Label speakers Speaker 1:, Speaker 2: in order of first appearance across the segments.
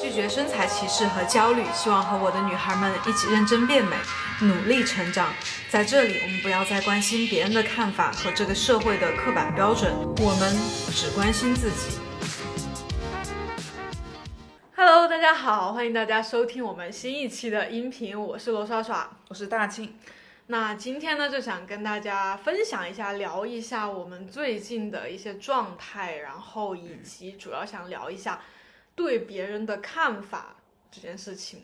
Speaker 1: 拒绝身材歧视和焦虑，希望和我的女孩们一起认真变美，努力成长。在这里，我们不要再关心别人的看法和这个社会的刻板标准，我们只关心自己。Hello，大家好，欢迎大家收听我们新一期的音频，我是罗刷刷。
Speaker 2: 我是大庆，
Speaker 1: 那今天呢，就想跟大家分享一下，聊一下我们最近的一些状态，然后以及主要想聊一下对别人的看法这件事情。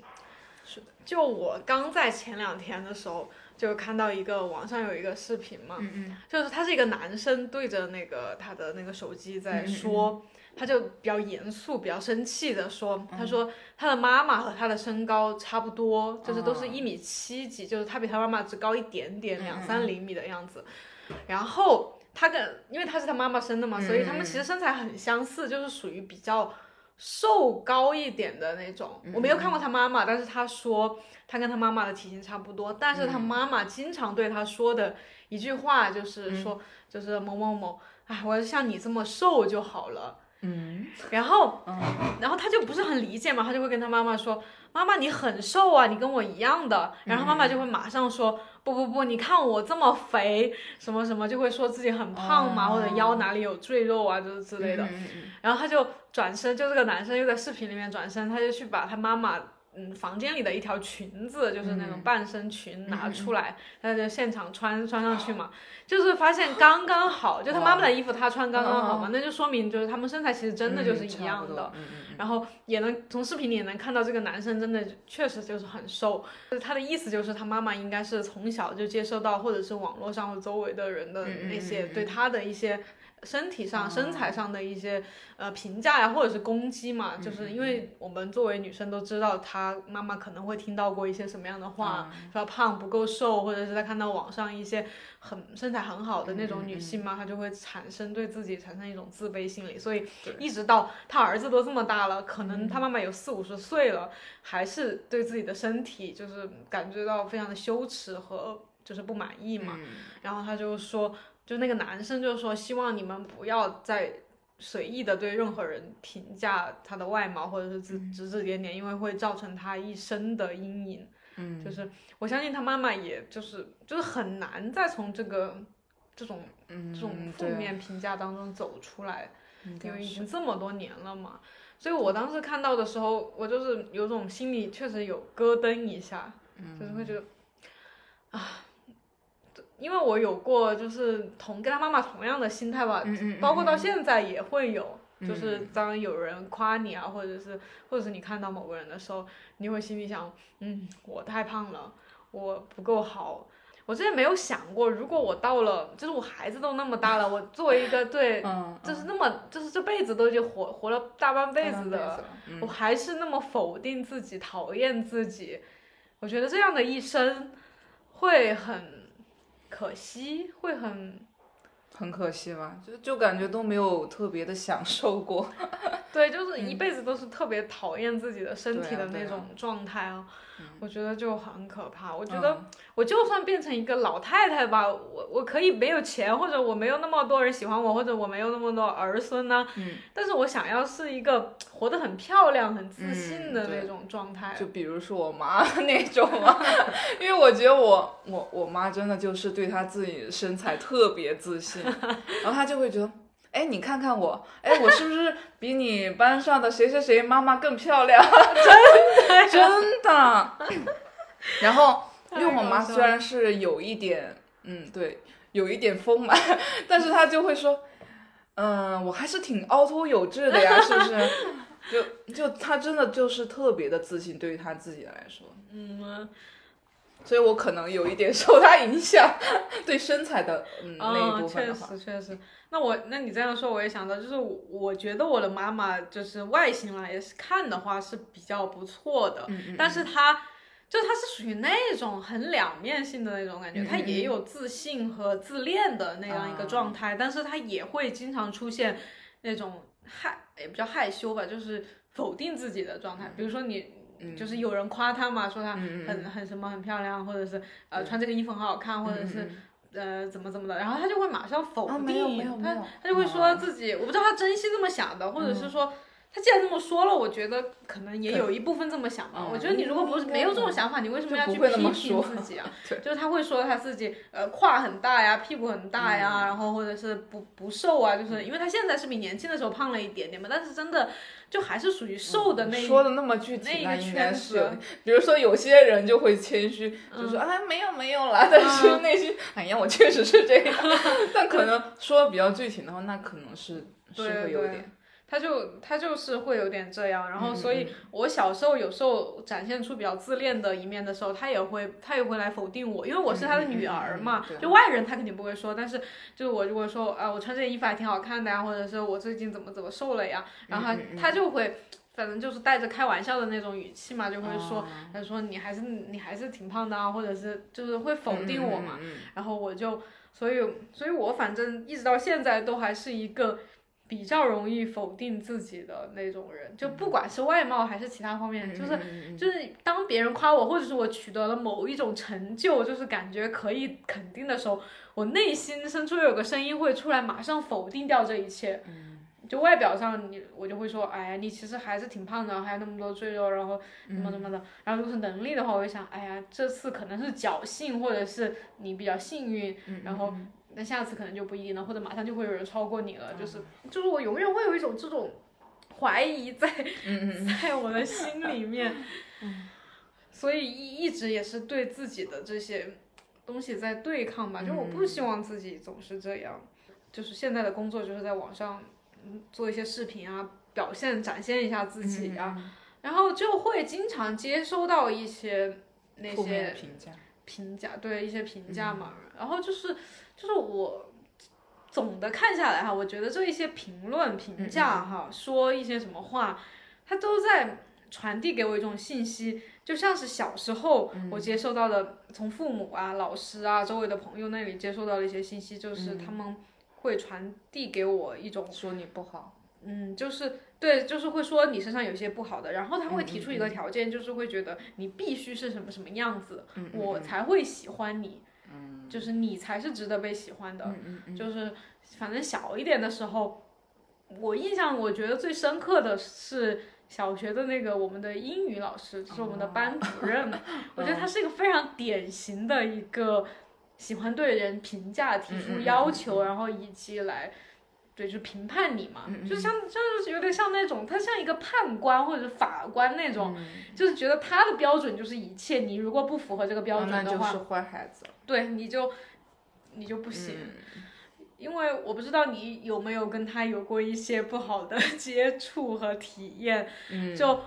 Speaker 2: 是的，
Speaker 1: 就我刚在前两天的时候，就看到一个网上有一个视频嘛，
Speaker 2: 嗯嗯，
Speaker 1: 就是他是一个男生对着那个他的那个手机
Speaker 2: 嗯
Speaker 1: 在说，他就比较严肃、比较生气的说，
Speaker 2: 嗯
Speaker 1: 他说他的妈妈和他的身高差不多，就是都是一米七几，就是他比他妈妈只高一点点，
Speaker 2: 哦嗯嗯
Speaker 1: 两三厘米的样子。然后他跟，因为他是他妈妈生的嘛，
Speaker 2: 嗯
Speaker 1: 所以他们其实身材很相似，就是属于比较。瘦高一点的那种，我没有看过他妈妈，但是他说他跟他妈妈的体型差不多，但是他妈妈经常对他说的一句话就是说，就是某某某，哎，我要像你这么瘦就好了。
Speaker 2: 嗯，
Speaker 1: 然后，然后他就不是很理解嘛，他就会跟他妈妈说：“妈妈，你很瘦啊，你跟我一样的。”然后妈妈就会马上说：“不不不，你看我这么肥，什么什么，就会说自己很胖嘛，
Speaker 2: 哦
Speaker 1: 或者腰哪里有赘肉啊，就是之类的。
Speaker 2: 嗯
Speaker 1: 然后他就转身，就这个男生又在视频里面转身，他就去把他妈妈嗯房间里的一条裙子，就是那种半身裙拿出来，他就现场穿穿上去嘛，就是发现刚刚好，就他妈妈的衣服他穿刚刚好嘛，那就说明就是他们身材其实真的就是一样的。，
Speaker 2: 嗯嗯
Speaker 1: 然后也能从视频里也能看到，这个男生真的确实就是很瘦。就是他的意思就是他妈妈应该是从小就接受到，或者是网络上或周围的人的
Speaker 2: 嗯嗯
Speaker 1: 那些
Speaker 2: 嗯哦嗯
Speaker 1: 对他的一些身体上、身材上的一些呃评价呀，或者是攻击嘛。
Speaker 2: 嗯
Speaker 1: 就是因为我们作为女生都知道，她妈妈可能会听到过一些什么样的
Speaker 2: 哦
Speaker 1: 话，说她胖不够瘦，或者是她看到网上一些很身材很好的那
Speaker 2: 嗯
Speaker 1: 种女性嘛，她就会产生对自己产生一种自卑心理，所以
Speaker 2: 对嗯
Speaker 1: 一直到她儿子都这么大了，可能她妈妈有四五十岁了，还是对自己的身体就是感觉到非常的羞耻和就是不满意
Speaker 2: 嗯
Speaker 1: 嘛。然后她就说，就那个男生就说，希望你们不要再。随意的对任何人评价他的外貌，或者是指指指点点，因为会造成他一生的阴影。
Speaker 2: 嗯，
Speaker 1: 就是我相信他妈妈，也就是就是很难再从这个这种
Speaker 2: 嗯
Speaker 1: 这种负
Speaker 2: 对
Speaker 1: 面评价当中走出来，
Speaker 2: 应
Speaker 1: 因为
Speaker 2: 该
Speaker 1: 已
Speaker 2: 嗯是
Speaker 1: 经这么多年了嘛。所以我当时看到的时候，我就是有种心里确实有咯噔一下，
Speaker 2: 嗯
Speaker 1: 就是会觉得啊，这因为我有过就是同跟他妈妈同样的心态吧，
Speaker 2: 嗯嗯嗯
Speaker 1: 包括到现在也会有。
Speaker 2: 嗯
Speaker 1: 就是当有人夸你啊，或者是或者是你看到某个人的时候，你会心里想，嗯，我太胖了，我不够好。我之前没有想过，如果我到了，就是我孩子都那么大了，我作为一个对，
Speaker 2: 嗯，
Speaker 1: 就是那么就是这辈子都已经活活了大半辈子嗯的，
Speaker 2: 的，
Speaker 1: 我还是那么否定自己、讨厌自己，我觉得这样的一生会很可惜，会很
Speaker 2: 很可惜吧，就就感觉都没有特别的享受过，
Speaker 1: 对，就是一辈子都是特别讨厌自己的身
Speaker 2: 嗯对
Speaker 1: 体
Speaker 2: 啊
Speaker 1: 的
Speaker 2: 对啊嗯
Speaker 1: 那种状态啊，我觉得就很可怕。我
Speaker 2: 我
Speaker 1: 觉得我就算变成一个老太太吧，我我可以没有钱，或者我没有那么多人喜欢我，或者我没有那么多儿孙呢、
Speaker 2: 嗯
Speaker 1: 但是我想要是一个活得很漂亮、很自信的
Speaker 2: 嗯对
Speaker 1: 那种状态。
Speaker 2: 就比如说我妈 那种啊，因为我觉得我我我妈真的就是对她自己身材特别自信，然后她就会觉得，哎，你看看我，哎，我是不是比你班上的谁谁谁妈妈更漂亮？真的 真的。 然后，因为我妈
Speaker 1: 太搞笑了
Speaker 2: 虽然是有一点，嗯，对，有一点丰满， 但是她就会说，嗯，我还是挺凹凸有致的呀，是不是？就就她真的就是特别的自信，对于她自己来说，
Speaker 1: 嗯，
Speaker 2: 所以我可能有一点受她影响， 对身材的嗯、那一
Speaker 1: 哦，
Speaker 2: 部分
Speaker 1: 确
Speaker 2: 的话，
Speaker 1: 实确实。那我那你这样说，我也想到，就是我我觉得我的妈妈就是外形来看的话是比较不错的，
Speaker 2: 嗯嗯
Speaker 1: 但是她。就她是属于那种很两面性的那种感觉，
Speaker 2: 嗯嗯
Speaker 1: 她也有自信和自恋的那样一个
Speaker 2: 啊
Speaker 1: 状态，但是她也会经常出现那种害，也比较害羞吧，就是否定自己的状态。比如说你，就是有人夸她嘛，说她
Speaker 2: 嗯嗯嗯嗯
Speaker 1: 很很什么很漂亮，或者是呃穿这个衣服很好看，或者是呃，怎么怎么的，然后他就会马上否定，
Speaker 2: 嗯啊没有没有没
Speaker 1: 他
Speaker 2: 有
Speaker 1: 他就会说
Speaker 2: 哦
Speaker 1: 自己，我不知道他真心这么想的，或者是说他既然这么说了，我觉得可能也有一部分这么想吧。
Speaker 2: 嗯
Speaker 1: 我觉得你如果不是
Speaker 2: 应该
Speaker 1: 没有这种想法，你为什么要去
Speaker 2: 就不会那么
Speaker 1: 批
Speaker 2: 说
Speaker 1: 评自己啊？
Speaker 2: 对
Speaker 1: 就是他会说他自己呃胯很大呀，屁股很大
Speaker 2: 嗯
Speaker 1: 呀，然后或者是不不瘦啊，就是因为他现在是比年轻的时候胖了一点点嘛，但是真的就还是属于瘦的那
Speaker 2: 嗯
Speaker 1: 一
Speaker 2: 说的那么具体，
Speaker 1: 那
Speaker 2: 那
Speaker 1: 一个
Speaker 2: 应
Speaker 1: 圈
Speaker 2: 该
Speaker 1: 子
Speaker 2: 是有。 比如说有些人就会谦虚，
Speaker 1: 嗯
Speaker 2: 就说啊没有没有啦，但是内心 哎呀我确实是这 样，但可能说得比较具体的话，那可能是是
Speaker 1: 对
Speaker 2: 会有
Speaker 1: 对
Speaker 2: 点。
Speaker 1: 他就他就是会有点这样，然后
Speaker 2: 嗯
Speaker 1: 所以我小时候有时候展现出比较自恋的一面的时候，他也会他也会来否定我，因为我是他的女儿
Speaker 2: 嗯
Speaker 1: 嘛
Speaker 2: 嗯嗯嗯，对
Speaker 1: 就外人他肯定不会说，但是就是我如果说啊、我穿这件衣服还挺好看的呀，或者是我最近怎么怎么瘦了呀，然后他、
Speaker 2: 嗯嗯嗯
Speaker 1: 他就会。反正就是带着开玩笑的那种语气嘛，就会
Speaker 2: 哦
Speaker 1: 说，
Speaker 2: 嗯
Speaker 1: 他说你还是你还是挺胖的啊，或者是就是会否定我嘛。
Speaker 2: 嘛，嗯
Speaker 1: 然后我就，所以，所以我反正一直到现在都还是一个比较容易否定自己的那种人，就不管是外貌还是其他
Speaker 2: 嗯
Speaker 1: 方面，就是
Speaker 2: 是
Speaker 1: 就是当别人夸我，或者是我取得了某一种成就，就是感觉可以肯定的时候，我内心深处有个声音会出来，马上否定掉这一切。就外表上你我就会说，哎呀，你其实还是挺胖的，还有那么多赘肉，然后怎么怎么的。然后如果是能力的话，我就想，哎呀，这次可能是侥幸，或者是你比较幸运，然后那下次可能就不一定了，或者马上就会有人超过你了。就是就是我永远会有一种这种怀疑在
Speaker 2: 嗯嗯
Speaker 1: 在我的心里 面，嗯所以一一直也是对自己的这些东西在对抗吧，就我不希望自己总是这样，就是现在的工作就是在网上嗯做一些视频啊，表现展现一下自己啊，然后就会经常接收到一些那
Speaker 2: 负面
Speaker 1: 些
Speaker 2: 的评价，
Speaker 1: 评价，对一些评
Speaker 2: 嗯
Speaker 1: 价嘛。然后就是就是我总的看下来哈，我觉得这一些评论
Speaker 2: 嗯
Speaker 1: 评价哈，说一些什么话，它都在传递给我一种信息，就像是小时候
Speaker 2: 嗯
Speaker 1: 我接受到的，从父母啊、老师啊、周围的朋友那里接受到的一些信息，就是
Speaker 2: 嗯
Speaker 1: 他们会传递给我一种。
Speaker 2: 说你不好，
Speaker 1: 嗯，就是对，就是会说你身上有些不好的，然后他会
Speaker 2: 嗯
Speaker 1: 提
Speaker 2: 嗯
Speaker 1: 出一个条件，就是会觉得你必须是什么什么样子，
Speaker 2: 嗯
Speaker 1: 我才会喜欢你，就是你才是值得被喜欢的。
Speaker 2: 嗯嗯嗯，
Speaker 1: 就是反正小一点的时候，我印象我觉得最深刻的是小学的那个我们的英语老师，就是我们的
Speaker 2: 哦
Speaker 1: 班主 任，我觉得他是一个非常典型的一个喜欢对人评价、提
Speaker 2: 嗯
Speaker 1: 出
Speaker 2: 嗯嗯
Speaker 1: 要求，然后以及来。对，就评判你嘛，
Speaker 2: 嗯
Speaker 1: 就像就是有点像那种，他像一个判官或者法官那种，
Speaker 2: 嗯
Speaker 1: 就是觉得他的标准就是一切，你如果不符合这个标
Speaker 2: 哦那
Speaker 1: 准的
Speaker 2: 就
Speaker 1: 话，
Speaker 2: 是坏孩子嗯了，
Speaker 1: 对，你就你就不行。因为我不知道你有没有跟他有过一些不好的 接触和体验，
Speaker 2: 嗯，
Speaker 1: 就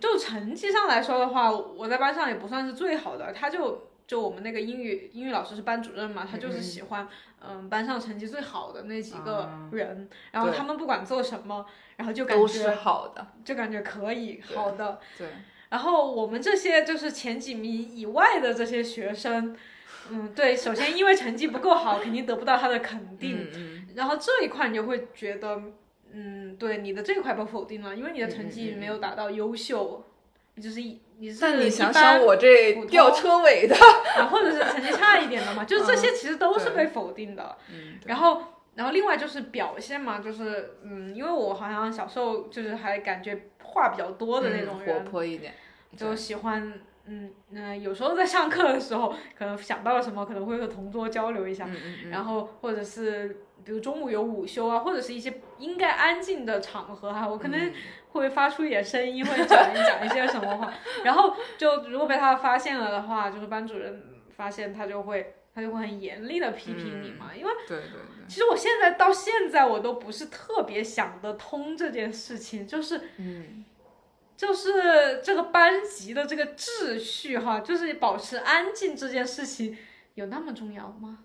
Speaker 1: 就成绩上来说的话，我在班上也不算是最好的，他就就我们那个英语英语老师是班主任嘛，他就是喜欢嗯、班上成绩最好的那几个人，然后
Speaker 2: 啊对
Speaker 1: 他们不管做什么，然后就感
Speaker 2: 都是
Speaker 1: 觉
Speaker 2: 好的，嗯
Speaker 1: 就感觉可以
Speaker 2: 对
Speaker 1: 好的，
Speaker 2: 对，
Speaker 1: 然后我们这些就是前几名以外的这些学生，嗯，对，首先因为成绩不够好，肯定得不到他的肯定，
Speaker 2: 嗯嗯
Speaker 1: 然后这一块你就会觉得，嗯，对，你的这一块被否定了，因为你的成绩没有达到优秀，就是一你是
Speaker 2: 但你想
Speaker 1: 一般
Speaker 2: 想，我这
Speaker 1: 普通
Speaker 2: 吊车尾的，
Speaker 1: 啊，或者是成绩差一点的嘛，就是这些其实都是
Speaker 2: 嗯对
Speaker 1: 被否定的。
Speaker 2: 嗯
Speaker 1: 然后，然后另外就是表现嘛，就是嗯，因为我好像小时候就是还感觉话比较多的那种人
Speaker 2: 嗯活，泼一点，
Speaker 1: 就喜欢，嗯嗯、呃有时候在上课的时候，可能想到了什么，可能会和同桌交流一下，
Speaker 2: 嗯嗯嗯，
Speaker 1: 然后或者是比如中午有午休啊，或者是一些应该安静的场合哈、我可
Speaker 2: 嗯
Speaker 1: 能会发出一点声音，会讲一 讲一些什么话，然后就如果被他发现了的话，就是班主任发现他就会。他就会很严厉的批评你嘛，
Speaker 2: 嗯
Speaker 1: 因为
Speaker 2: 对对对，
Speaker 1: 其实我现在到现在我都不是特别想得通这件事情，就是
Speaker 2: 嗯
Speaker 1: 就是这个班级的这个秩序哈，就是保持安静这件事情有那么重要吗？，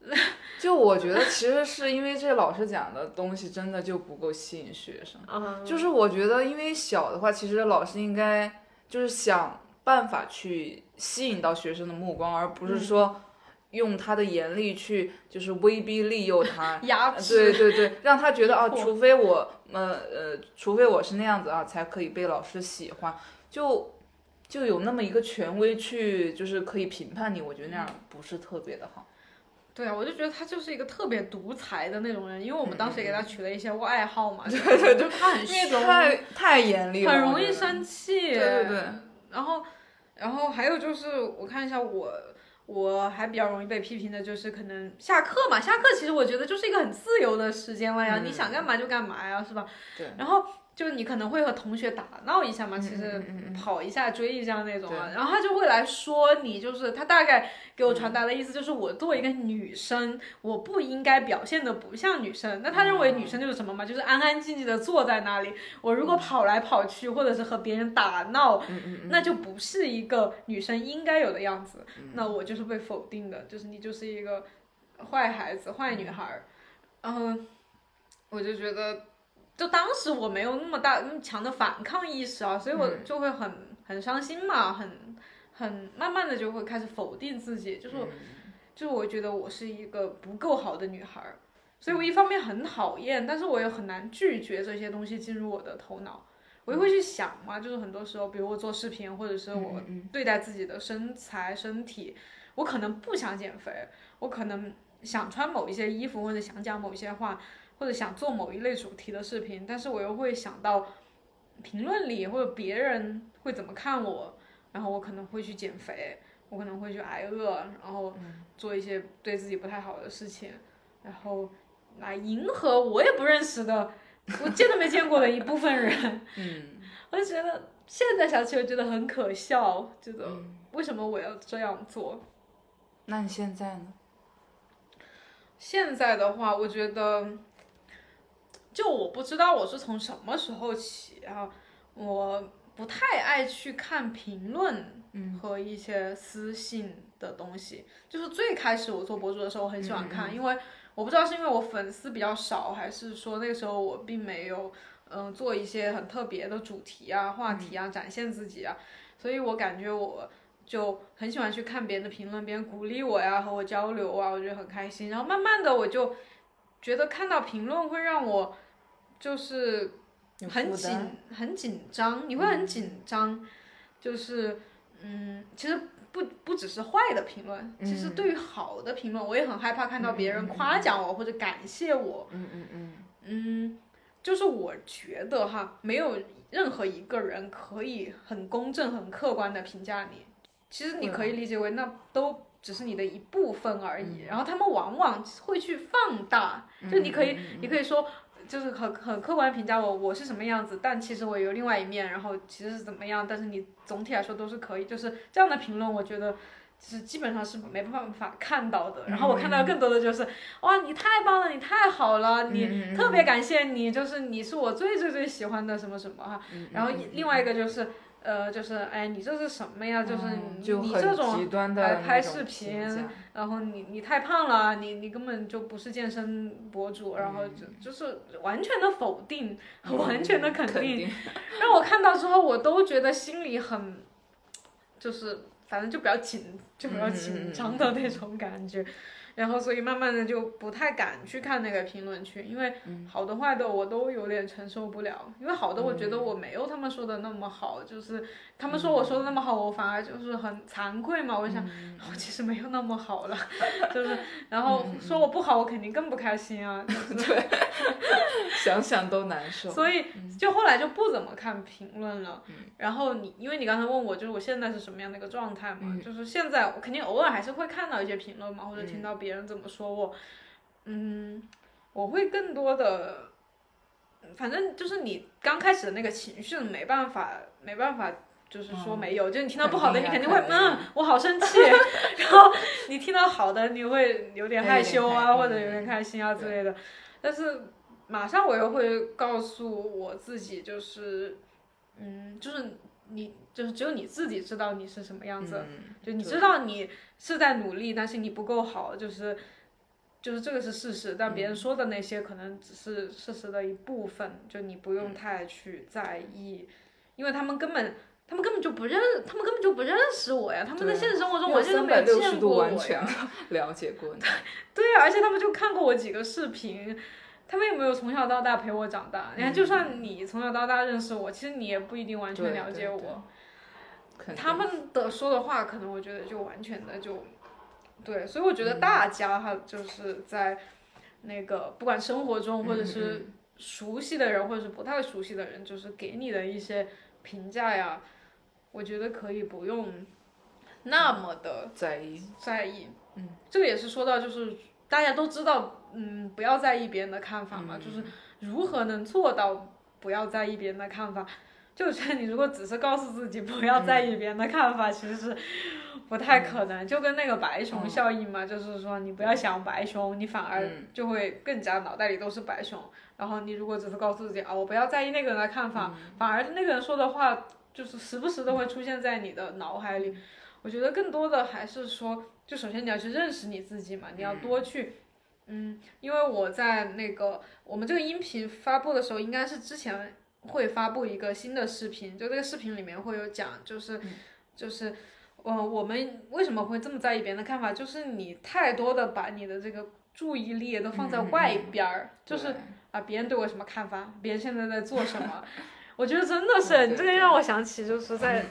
Speaker 2: 就我觉得其实是因为这老师讲的东西真的就不够吸引学生。
Speaker 1: 啊。
Speaker 2: 就是我觉得，因为小的话，其实老师应该就是想办法去吸引到学生的目光，而不是说用他的严厉去就是威逼利诱他
Speaker 1: 压
Speaker 2: 对
Speaker 1: 制，
Speaker 2: 对对，让他觉得啊，
Speaker 1: 错
Speaker 2: 除非我呃呃，除非我是那样子啊，才可以被老师喜欢，就就有那么一个权威去，就是可以评判你，我觉得那样不是特别的好。
Speaker 1: 对啊，我就觉得他就是一个特别独裁的那种人，因为我们当时也给他取了一些外号嘛，对
Speaker 2: 对
Speaker 1: 对，他很
Speaker 2: 因为
Speaker 1: 凶，
Speaker 2: 太太严厉了，
Speaker 1: 很容易
Speaker 2: 我觉得
Speaker 1: 生气，
Speaker 2: 对对对，
Speaker 1: 然后，然后还有就是，我看一下我，我还比较容易被批评的就是可能下课嘛，下课其实我觉得就是一个很自由的时间了呀，你想干嘛就干嘛呀，是吧？
Speaker 2: 对。
Speaker 1: 然后就你可能会和同学打闹一下嘛，其实
Speaker 2: 嗯嗯
Speaker 1: 跑一下、追一下那种啊，然后他就会来说你，就是他大概给我传达的意思就是，我作为一个女生，我不应该表现的不像女生。那他认为女生就是什
Speaker 2: 嗯
Speaker 1: 么嘛？就是安安静静的坐在那里，我如果跑来跑去，或者是和别人打
Speaker 2: 嗯
Speaker 1: 闹，那就不是一个女生应该有的样子。
Speaker 2: 嗯
Speaker 1: 那我就是被否定的，就是你就是一个坏孩子、坏女孩儿。
Speaker 2: 嗯
Speaker 1: 然后我就觉得，就当时我没有那么大那么强的反抗意识啊，所以我就会很、很伤心嘛，很很慢慢的就会开始否定自己，就是我、就是我觉得我是一个不够好的女孩儿。所以我一方面很讨厌，但是我也很难拒绝这些东西进入我的头脑，我就会去想嘛，就是很多时候，比如我做视频，或者是我对待自己的身材、身体，我可能不想减肥，我可能想穿某一些衣服，或者想讲某些话，或者想做某一类主题的视频，但是我又会想到评论里或者别人会怎么看我，然后我可能会去减肥，我可能会去挨饿，然后做一些对自己不太好的事情，然后来迎合我也不认识的。我见都没见过的一部分人，
Speaker 2: 嗯，
Speaker 1: 我就觉得现在想起来觉得很可笑，觉得为什么我要这样做？
Speaker 2: 那你现在呢？
Speaker 1: 现在的话，我觉得，就我不知道我是从什么时候起啊，我不太爱去看评论和一些私信的东西。就是最开始我做博主的时候，我很喜欢看，因为我不知道是因为我粉丝比较少，还是说那个时候我并没有嗯、做一些很特别的主题啊、话题啊，展现自己啊，所以我感觉我。就很喜欢去看别人的评论，别人鼓励我呀，和我交流啊，我觉得很开心。然后慢慢的，我就觉得看到评论会让我就是
Speaker 2: 有嗯
Speaker 1: 很
Speaker 2: 负
Speaker 1: 紧
Speaker 2: 担，
Speaker 1: 很紧张，你会很紧张，就是嗯，其实不不只是坏的评论，其
Speaker 2: 嗯
Speaker 1: 实对于好的评论，我也很害怕看到别人夸奖我或者感谢我，
Speaker 2: 嗯嗯嗯，
Speaker 1: 嗯，就是我觉得哈，没有任何一个人可以很公正、很客观的评价你。其实你可
Speaker 2: 啊
Speaker 1: 以理解为那都只是你的一部分而
Speaker 2: 嗯
Speaker 1: 已。然后他们往往会去放大，就
Speaker 2: 嗯
Speaker 1: 你可以，你可以说。就是很很客观评价我我是什么样子，但其实我有另外一面，然后其实是怎么样，但是你总体来说都是可以，就是这样的评论，我觉得是基本上是没办法看到的。然后我看到更多的就是，哇，你太棒了，你太好了，
Speaker 2: 嗯
Speaker 1: 你特别感谢你，就是你是我最最最喜欢的什么什么哈。
Speaker 2: 嗯
Speaker 1: 然后另外一个就是，呃，就是哎，你这是什么呀？就是
Speaker 2: 嗯
Speaker 1: 你
Speaker 2: 就
Speaker 1: 你
Speaker 2: 很
Speaker 1: 这种，
Speaker 2: 极端
Speaker 1: 哎
Speaker 2: 的那
Speaker 1: 拍
Speaker 2: 种
Speaker 1: 视
Speaker 2: 评
Speaker 1: 频
Speaker 2: 价
Speaker 1: 然后你你太胖了，你你根本就不是健身博主，然后就就是完全的否定，和完全的
Speaker 2: 嗯
Speaker 1: 肯
Speaker 2: 肯
Speaker 1: 定，让我看到之后，我都觉得心里很，就是反正就比较紧，就比较紧张的那种感觉。然后，所以慢慢的就不太敢去看那个评论区，因为好的坏的我都有点承受不了。因为好的，我觉得我没有他们说的那么好，就是他们说我说的那么好，我反而就是很惭愧嘛。我就想，我其实没有那么好了， 就是然后说我不好，我肯定更不开心啊。
Speaker 2: 想想都难受。嗯
Speaker 1: 所以就后来就不怎么看评论了。然后你，因为你刚才问我，就是我现在是什么样的一个状态嘛？
Speaker 2: 嗯
Speaker 1: 就是现在我肯定偶尔还是会看到一些评论嘛，或者听到别人怎么说我。嗯，我会更多的，反正就是你刚开始的那个情绪没办法，没办法。就是说没有，就是你听到不好的，你肯
Speaker 2: 肯定
Speaker 1: 定会
Speaker 2: 啊嗯肯
Speaker 1: 嗯，我好 生气。然后你听到好的，你会有点
Speaker 2: 有
Speaker 1: 害
Speaker 2: 点
Speaker 1: 羞
Speaker 2: 害
Speaker 1: 啊，或者
Speaker 2: 嗯
Speaker 1: 有点开心啊之类的。但是马上我又会告诉我自己，就是，嗯，就是你，就是只有你自己知道你是什么样子，
Speaker 2: 嗯，
Speaker 1: 就你知道你是在努力，但是你不够好，就是，就是这个是事实，但别
Speaker 2: 嗯
Speaker 1: 人说的那些可能只是事实的一部分，就你不
Speaker 2: 嗯
Speaker 1: 用太去在意，因为他们根本。他们根本就不认，他们根本就不认识我呀！他们在
Speaker 2: 对
Speaker 1: 现实生活中
Speaker 2: 我
Speaker 1: 完全都
Speaker 2: 三
Speaker 1: 没
Speaker 2: 百
Speaker 1: 有
Speaker 2: 六十
Speaker 1: 见
Speaker 2: 度
Speaker 1: 过我
Speaker 2: 完
Speaker 1: 呀。
Speaker 2: 全了解过你。
Speaker 1: 对啊，而且他们就看过我几个视频，他们也没有从小到大陪我长大。你看，就算你从小到大认识我，其实你也不一定完
Speaker 2: 嗯
Speaker 1: 全
Speaker 2: 对
Speaker 1: 了
Speaker 2: 对
Speaker 1: 解
Speaker 2: 对
Speaker 1: 我。
Speaker 2: 肯定
Speaker 1: 他们的说的话，可能我觉得就完全的就对，所以我觉得大
Speaker 2: 嗯
Speaker 1: 家哈，就是在那个不管生活中
Speaker 2: 嗯
Speaker 1: 或者是熟悉的人，或者是不太熟悉的人，就是给你的一些评价呀，我觉得可以不用那么的
Speaker 2: 在意，
Speaker 1: 在意。嗯，这个也是说到就是大家都知道，嗯，不要在意别人的看法嘛，就是如何能做到不要在意别人的看法。就是你如果只是告诉自己不要在意别人的看法，其实是不太可能。就跟那个白熊效应嘛，就是说你不要想白熊，你反
Speaker 2: 嗯
Speaker 1: 而就会更加脑袋里都是白熊。然后你如果只是告诉自己啊，我不要在意那个人的看法，
Speaker 2: 嗯
Speaker 1: 反而那个人说的话就是时不时的会出现在你的脑海里。我觉得更多的还是说，就首先你要去认识你自己嘛，你要多去。嗯，因为我在那个我们这个音频发布的时候，应该是之前会发布一个新的视频，就这个视频里面会有讲，就是、
Speaker 2: 嗯
Speaker 1: 就是，呃，我们为什么会这么在意别人的看法？就是你太多的把你的这个注意力都放在
Speaker 2: 嗯嗯嗯
Speaker 1: 外边儿，就是
Speaker 2: 对
Speaker 1: 啊，别人对我什么看法，别人现在在做什 么，我觉得真的
Speaker 2: 嗯
Speaker 1: 是，你
Speaker 2: 对
Speaker 1: 这个让我想起就是在，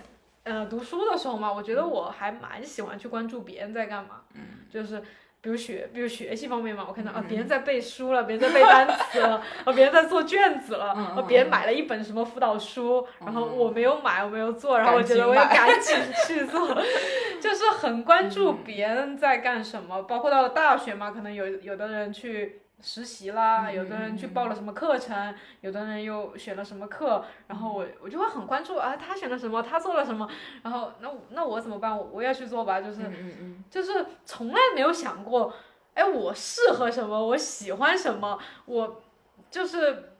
Speaker 1: 呃，读书的时候嘛，我觉得我还蛮喜欢去关注别人在干嘛，
Speaker 2: 嗯
Speaker 1: 就是。比如学，比如学习方面嘛，我看到啊，别人在背书了，别人在背单词 了，啊，别人在做卷子了，
Speaker 2: 嗯
Speaker 1: 啊
Speaker 2: 嗯，
Speaker 1: 别人买了一本什么辅导书，然后我没有买，我没有做，然后我
Speaker 2: 赶
Speaker 1: 觉
Speaker 2: 紧
Speaker 1: 得我要
Speaker 2: 买
Speaker 1: 赶紧去做， 就是很关
Speaker 2: 嗯
Speaker 1: 注别人在干什么，包括到了大学嘛，可能有有的人去实习啦，有的人去报了什么课程，有的人又选了什么课，然后我我就会很关注啊，他选了什么，他做了什么，然后那我那我怎么办？我我要去做吧，就是
Speaker 2: 嗯嗯嗯，
Speaker 1: 就是从来没有想过，哎，我适合什么，我喜欢什么，我就是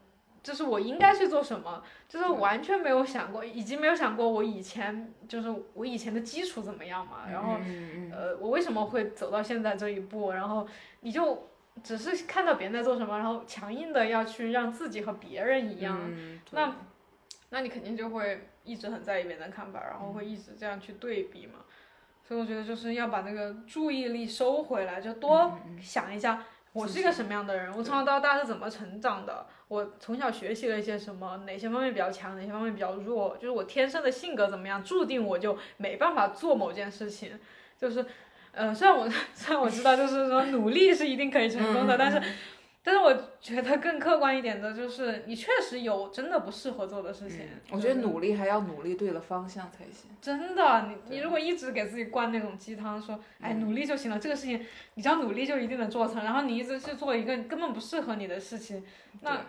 Speaker 1: 就是我应该去做什么，就是完全没有想过，已经没有想过我以前就是我以前的基础怎么样嘛，然后
Speaker 2: 嗯嗯
Speaker 1: 呃，我为什么会走到现在这一步？然后你就只是看到别人在做什么，然后强硬的要去让自己和别人一样，
Speaker 2: 嗯
Speaker 1: 那那你肯定就会一直很在意别人的看法，然后会一直这样去对比嘛。所以我觉得就是要把那个注意力收回来，就多想一下我是一个什么样的人，我从小到大是怎么成长的，我从小学习了一些什么，哪些方面比较强，哪些方面比较弱，就是我天生的性格怎么样，注定我就没办法做某件事情，就是。呃，虽然我 虽然我知道，就是说努力是一定可以成功的，但是，但是我觉得更客观一点的就是，你确实有真的不适合做的事情。
Speaker 2: 嗯我觉得努力还要努力对了方向才行。
Speaker 1: 真的，啊你你如果一直给自己灌那种鸡汤，说哎
Speaker 2: 嗯
Speaker 1: 努力就行了，这个事情你只要努力就一定能做成，然后你一直去做一个根本不适合你的事情，那
Speaker 2: 对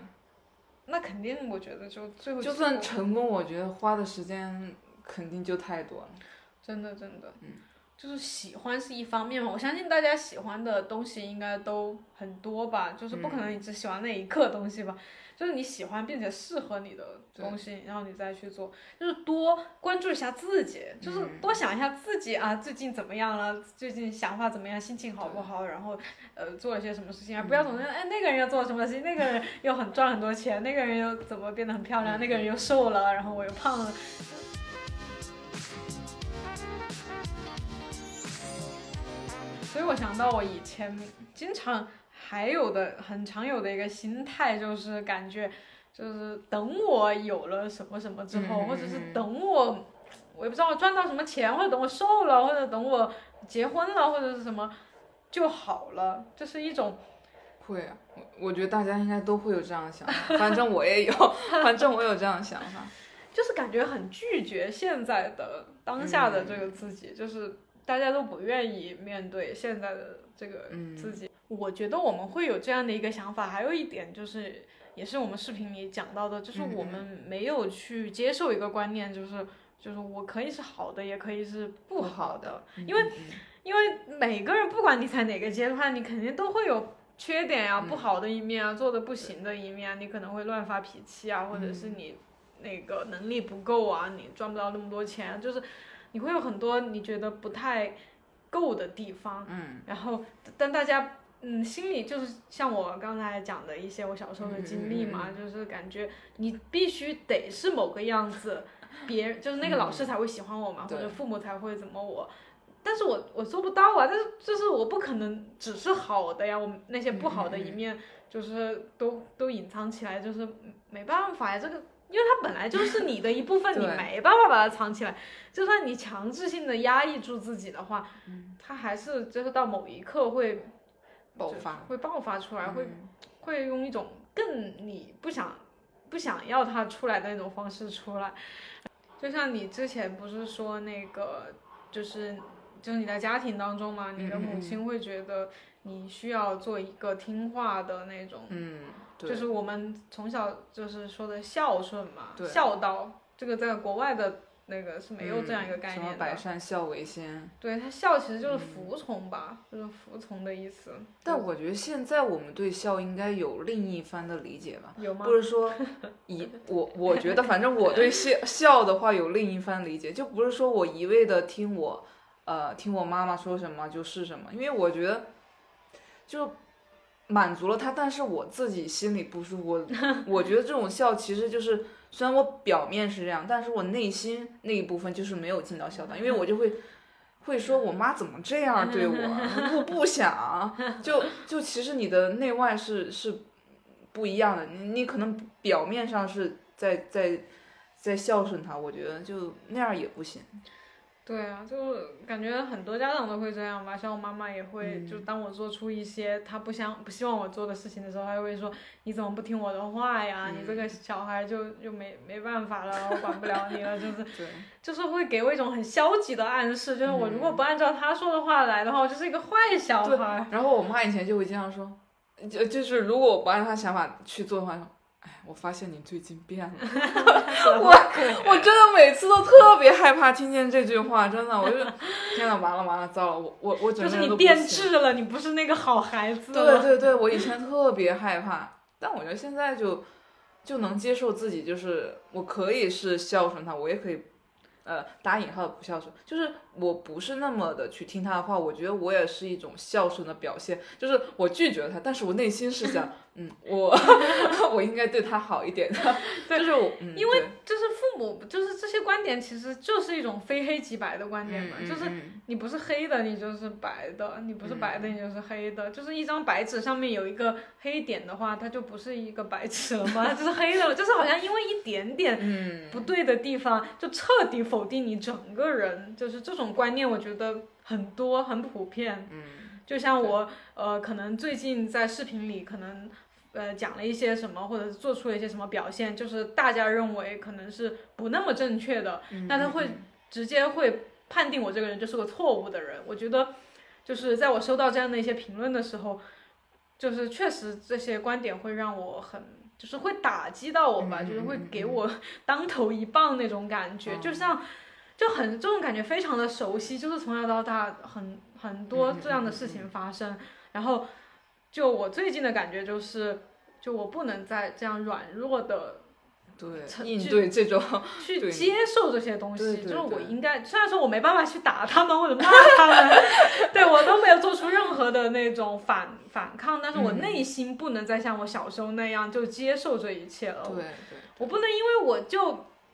Speaker 1: 那肯定我觉得就最后
Speaker 2: 就
Speaker 1: 结
Speaker 2: 算
Speaker 1: 果
Speaker 2: 成功，我觉得花的时间肯定就太多了。
Speaker 1: 真的真的，就是喜欢是一方面嘛，我相信大家喜欢的东西应该都很多吧，就是不可能你只喜欢那一个东西吧，就是你喜欢并且适合你的东西，然后你再去做，就是多关注一下自己，就是多想一下自己啊，最近怎么样了，最近想法怎么样，心情好不好，然后呃做了些什么事情，而不要总是哎那个人又做了什么事情，那个人又很赚很多钱，那个人又怎么变得很漂亮，那个人又瘦了，然后我又胖了。所以我想到我以前经常还有的很常有的一个心态，就是感觉就是等我有了什么什么之后，
Speaker 2: 嗯
Speaker 1: 或者是等我我也不知道赚到什么钱，或者等我瘦了，或者等我结婚了，或者是什么就好了，这是一种
Speaker 2: 会啊，我我觉得大家应该都会有这样的想法，反正我也有， 反正我有这样的想法。
Speaker 1: 就是感觉很拒绝现在的当下的这个自己，就是大家都不愿意面对现在的这个
Speaker 2: 嗯
Speaker 1: 自己。我觉得我们会有这样的一个想法，还有一点就是，也是我们视频里讲到的，就是
Speaker 2: 嗯嗯
Speaker 1: 我们没有去接受一个观念，就是就是我可以是好的，也可以是不好的，嗯因为因为每个人不管你在哪个阶段，你肯定都会有。缺点呀、不好的一面啊，做的不行的一面啊，你可能会乱发脾气啊，或者是你那个能力不够啊，你赚不到那么多钱啊，就是你会有很多你觉得不太够的地方，嗯，然后但大家嗯心里就是像我刚才讲的一些我小时候的经历嘛，就是感觉你必须得是某个样子，别人就是那个老师才会喜欢我嘛，或
Speaker 2: 对
Speaker 1: 者父母才会怎么我。但是我我做不到啊，但是就是我不可能只是好的呀，我那些不好的一面就是都、都隐藏起来，就是没办法呀，这个因为它本来就是你的一 部分，你
Speaker 2: 对
Speaker 1: 没办法把它藏起来。就算你强制性的压抑住自己的话，
Speaker 2: 嗯
Speaker 1: 它还是就是到某一刻会
Speaker 2: 爆
Speaker 1: 就是
Speaker 2: 发，
Speaker 1: 会爆发出来，会
Speaker 2: 嗯
Speaker 1: 会用一种更你不想不想要它出来的那种方式出来。就像你之前不是说那个，就是就是你在家庭当中嘛，你的
Speaker 2: 嗯嗯
Speaker 1: 母
Speaker 2: 嗯
Speaker 1: 亲会觉得你需要做一个听话的那种，
Speaker 2: 嗯，对，
Speaker 1: 就是我们从小就是说的孝顺嘛，
Speaker 2: 对
Speaker 1: 孝道这个在国外的那个是没有这样一个
Speaker 2: 嗯
Speaker 1: 概
Speaker 2: 什么嗯
Speaker 1: 念
Speaker 2: 百
Speaker 1: 的。
Speaker 2: 善孝为先。
Speaker 1: 对，它孝其实就是服从吧，就是服从的意思。
Speaker 2: 但我觉得现在我们对孝应该有另一番的理解吧，
Speaker 1: 有吗
Speaker 2: 不？是说 一我我觉得反正我对孝孝的话有另一番理解，就不是说我一味的听我呃听我妈妈说什么就是什么，因为我觉得就满足了她，但是我自己心里不舒服，我 我觉得这种孝其实就是虽然我表面是这样，但是我内心那一部分就是没有尽到孝道，因为我就会。会说我妈怎么这样对我，我不想，就就其实你的内外是是不一样的，你你可能表面上是在在在孝顺他，我觉得就那样也不行。
Speaker 1: 对啊，就是感觉很多家长都会这样吧，像我妈妈也
Speaker 2: 嗯
Speaker 1: 会，就当我做出一些她不想不希望我做的事情的时候，她就会说你怎么不听我的话呀？你
Speaker 2: 嗯
Speaker 1: 这个小孩就就没没办法了，我管不了你了，就是
Speaker 2: 对，
Speaker 1: 就是会给我一种很消极的暗示，就是我如果
Speaker 2: 嗯
Speaker 1: 不按照她说的话来的话，我就是一个坏小 孩。
Speaker 2: 然后我妈以前就会经常说，就就是如果我不按她想法去做的话，哎，我发现你最近变了。 我我真的每次都特别害怕听见这句话，真的，我 就天呐，完了完了，糟了，我我我整
Speaker 1: 就
Speaker 2: 个
Speaker 1: 是
Speaker 2: 人
Speaker 1: 你
Speaker 2: 都不
Speaker 1: 变
Speaker 2: 行。
Speaker 1: 质了，你不是那个好孩子了。
Speaker 2: 对对对，我以前特别害怕，但我觉得现在就就能接受自己，就是我可以是孝顺他，我也可以，呃，打引号的不孝顺，就是我不是那么的去听他的话，我觉得我也是一种孝顺的表现，就是我拒绝了他，但是我内心是 想，嗯，我我应该对他好一点的，就是我，嗯、
Speaker 1: 因为
Speaker 2: 对
Speaker 1: 就是父母，就是这些观点，其实就是一种非黑即白的观点嘛，
Speaker 2: 嗯
Speaker 1: 就是
Speaker 2: 嗯
Speaker 1: 你不是黑的，你就是白的；你不是白的，你就是黑的。就是一张白纸上面有一个黑点的话，它就不是一个白纸了嘛，它就是黑的了。就是好像因为一点点
Speaker 2: 嗯
Speaker 1: 不对的地方，就彻底否定你整个人。就是这种观念，我觉得很多很普遍。
Speaker 2: 嗯
Speaker 1: 就像我呃，可能最近在视频里可能呃讲了一些什么，或者是做出了一些什么表现，就是大家认为可能是不那么正确的，
Speaker 2: 嗯，
Speaker 1: 那他会直接会判定我这个人就是个错误的人。我觉得，就是在我收到这样的一些评论的时候，就是确实这些观点会让我很，就是会打击到我吧，
Speaker 2: 嗯嗯
Speaker 1: 就是会
Speaker 2: 嗯
Speaker 1: 给我当头一棒那种感觉，就像。就很这种感觉非常的熟悉，就是从小到大很很多
Speaker 2: 嗯嗯
Speaker 1: 这样的事情发生，然后就我最近的感觉就是，就我不能再这样软弱的
Speaker 2: 对
Speaker 1: 成
Speaker 2: 应
Speaker 1: 就
Speaker 2: 对这种
Speaker 1: 去
Speaker 2: 对
Speaker 1: 接受这些东西，
Speaker 2: 对
Speaker 1: 就
Speaker 2: 对
Speaker 1: 是我
Speaker 2: 对
Speaker 1: 应该，虽然说我没办法去打他们或者骂他们， 对我都没有做出任何的那种反反抗，但是我
Speaker 2: 嗯
Speaker 1: 内心不能再像我小时候那样就接受这一切了，
Speaker 2: 对对
Speaker 1: 我不能因为我就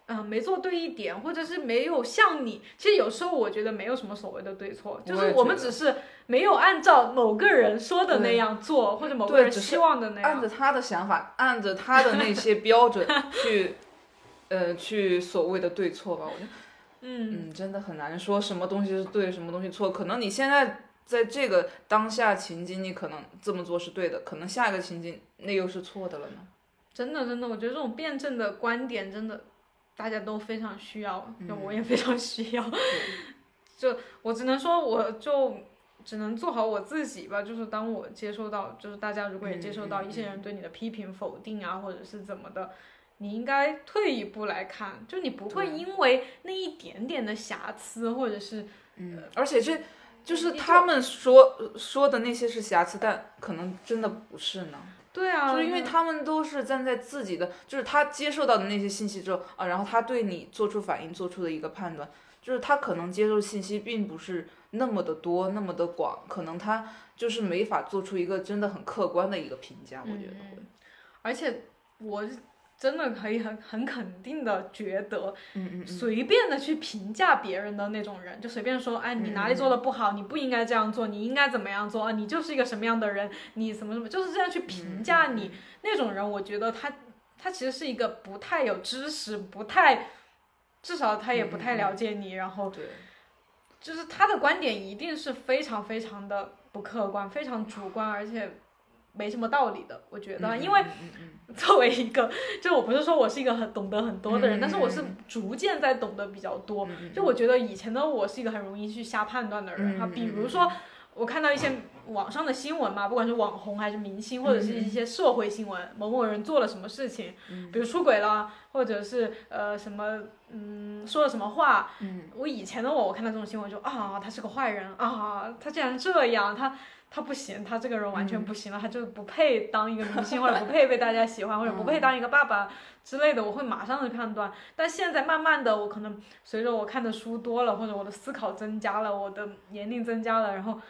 Speaker 1: 嗯、呃没做对一点，或者是没有像你，其实有时候我觉得没有什么所谓的对错，就
Speaker 2: 我也
Speaker 1: 是
Speaker 2: 觉
Speaker 1: 我们
Speaker 2: 得
Speaker 1: 只是没有按照某个人说的那
Speaker 2: 对
Speaker 1: 样做，或者某个
Speaker 2: 对
Speaker 1: 人
Speaker 2: 只是
Speaker 1: 希望的那样
Speaker 2: 按，着他的想法，按着他的那些标 准去，呃，去所谓的对错吧。我觉得，
Speaker 1: 嗯。
Speaker 2: 嗯，真的很难说什么东西是对，什么东西错。可能你现在在这个当下情景，你可能这么做是对的，可能下一个情景那又是错的了呢。
Speaker 1: 真的，真的，我觉得这种辩证的观点真的大家都非常需要，就我也非常需要。 就我只能说，我就只能做好我自己吧。就是当我接受到，就是大家如果也接受到一些人对你的批评、否定啊，或者是怎么的。你应该退一步来看，就你不会因为那一点点的瑕疵，或者是
Speaker 2: 嗯，而且这就是
Speaker 1: 你就
Speaker 2: 他们说呃说的那些是瑕疵，但可能真的不是呢。
Speaker 1: 对啊，
Speaker 2: 就是因为他们都是站在自己的，就是他接受到的那些信息之后啊，然后他对你做出反应，做出的一个判断，就是他可能接受信息并不是那么的多，那么的广，可能他就是没法做出一个真的很客观的一个评价，我觉得会。
Speaker 1: 而且我是真的可以很很肯定的觉得，
Speaker 2: 嗯嗯
Speaker 1: 随便的去评价别人的那种人，就随便说，哎，你哪里做的不好，你不应该这样做，你应该怎么样做啊？
Speaker 2: 嗯
Speaker 1: 你就是一个什么样的人，你什么什么，就是这样去评价你、那种人，我觉得他他其实是一个不太有知识，不太，至少他也不
Speaker 2: 嗯
Speaker 1: 太了解你，然后
Speaker 2: 对，
Speaker 1: 就是他的观点一定是非常非常的不客观，非常主观，而且没什么道理的。我觉得，
Speaker 2: 嗯
Speaker 1: 因为
Speaker 2: 嗯嗯嗯
Speaker 1: 作为一个，就我不是说我是一个很懂得很多的人，
Speaker 2: 嗯
Speaker 1: 但是我是
Speaker 2: 嗯
Speaker 1: 逐渐在懂得比较多。
Speaker 2: 嗯嗯
Speaker 1: 就我觉得以前的我是一个很容易去瞎判断的人
Speaker 2: 嗯
Speaker 1: 哈，
Speaker 2: 嗯
Speaker 1: 比如说我看到一些网上的新闻嘛，不管是网红还是明星，或者
Speaker 2: 嗯
Speaker 1: 是一些社会新闻，某某人做了什么事情，比如出轨了，或者是呃什么嗯说了什么话，
Speaker 2: 嗯
Speaker 1: 我以前的我，我看到这种新闻就啊，他是个坏人啊，他竟然这样，他他不行，他这个人完全
Speaker 2: 嗯
Speaker 1: 不行了，他就不配当一个明星，或者不配被大家喜欢，或者不
Speaker 2: 嗯
Speaker 1: 配当一个爸爸之类的，我会马上的判断。但现在慢慢的，我可能随着我看的书多了，或者我的思考增加了，我的年龄增加了，然后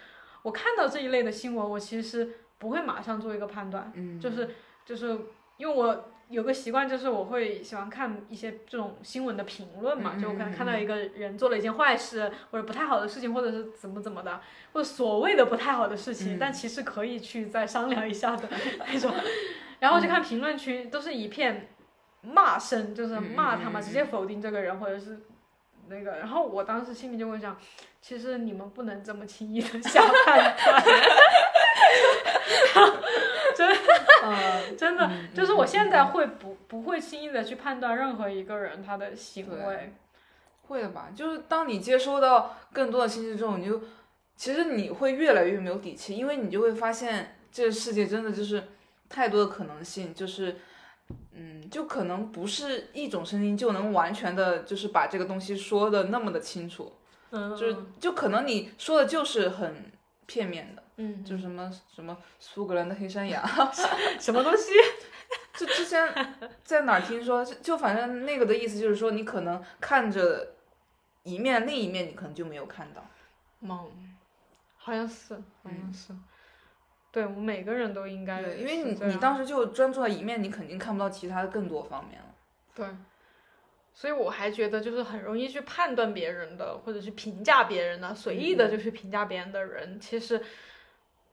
Speaker 1: 我看到这一类的新闻，我其实不会马上做一个判断，
Speaker 2: 嗯，
Speaker 1: 就是就是因为我有个习惯，就是我会喜欢看一些这种新闻的评论嘛，
Speaker 2: 嗯
Speaker 1: 就我可
Speaker 2: 嗯嗯
Speaker 1: 能看到一个人做了一件坏事或者不太好的事情，或者是怎么怎么的，或者所谓的不太好的事
Speaker 2: 嗯
Speaker 1: 情，但其实可以去再商量一下的那种，然后就看评论区都是一片骂声，就是骂他
Speaker 2: 嗯嗯嗯嗯
Speaker 1: 嘛，
Speaker 2: 嗯
Speaker 1: 直接否定这个人或者是。那个，然后我当时心里就会想，其实你们不能这么轻易 的下判断，
Speaker 2: 嗯
Speaker 1: 真的，就是我现在会不不会轻易的去判断任何一个人他的行为，
Speaker 2: 会的吧？就是当你接收到更多的信息之后，你就其实你会越来越没有底气，因为你就会发现这个世界真的就是太多的可能性，就是。嗯，就可能不是一种声音就能完全的，就是把这个东西说的那么的清楚，
Speaker 1: 嗯，
Speaker 2: 就是就可能你说的就是很片面的，
Speaker 1: 嗯，
Speaker 2: 就是什么什么苏格兰的黑山羊，
Speaker 1: 什么东 西，
Speaker 2: 就之前在哪儿听说，就就反正那个的意思就是说，你可能看着一面，另一面你可能就没有看到。
Speaker 1: 嗯，好像是，好像是，对我们每个人都应该是这
Speaker 2: 对，
Speaker 1: 样，
Speaker 2: 因为你你当时就专注在一面，你肯定看不到其他的更多方面了。
Speaker 1: 对，嗯所以我还觉得就是很容易去判断别人的，或者去评价别人的，随意
Speaker 2: 嗯
Speaker 1: 的就去评价别人的人，其实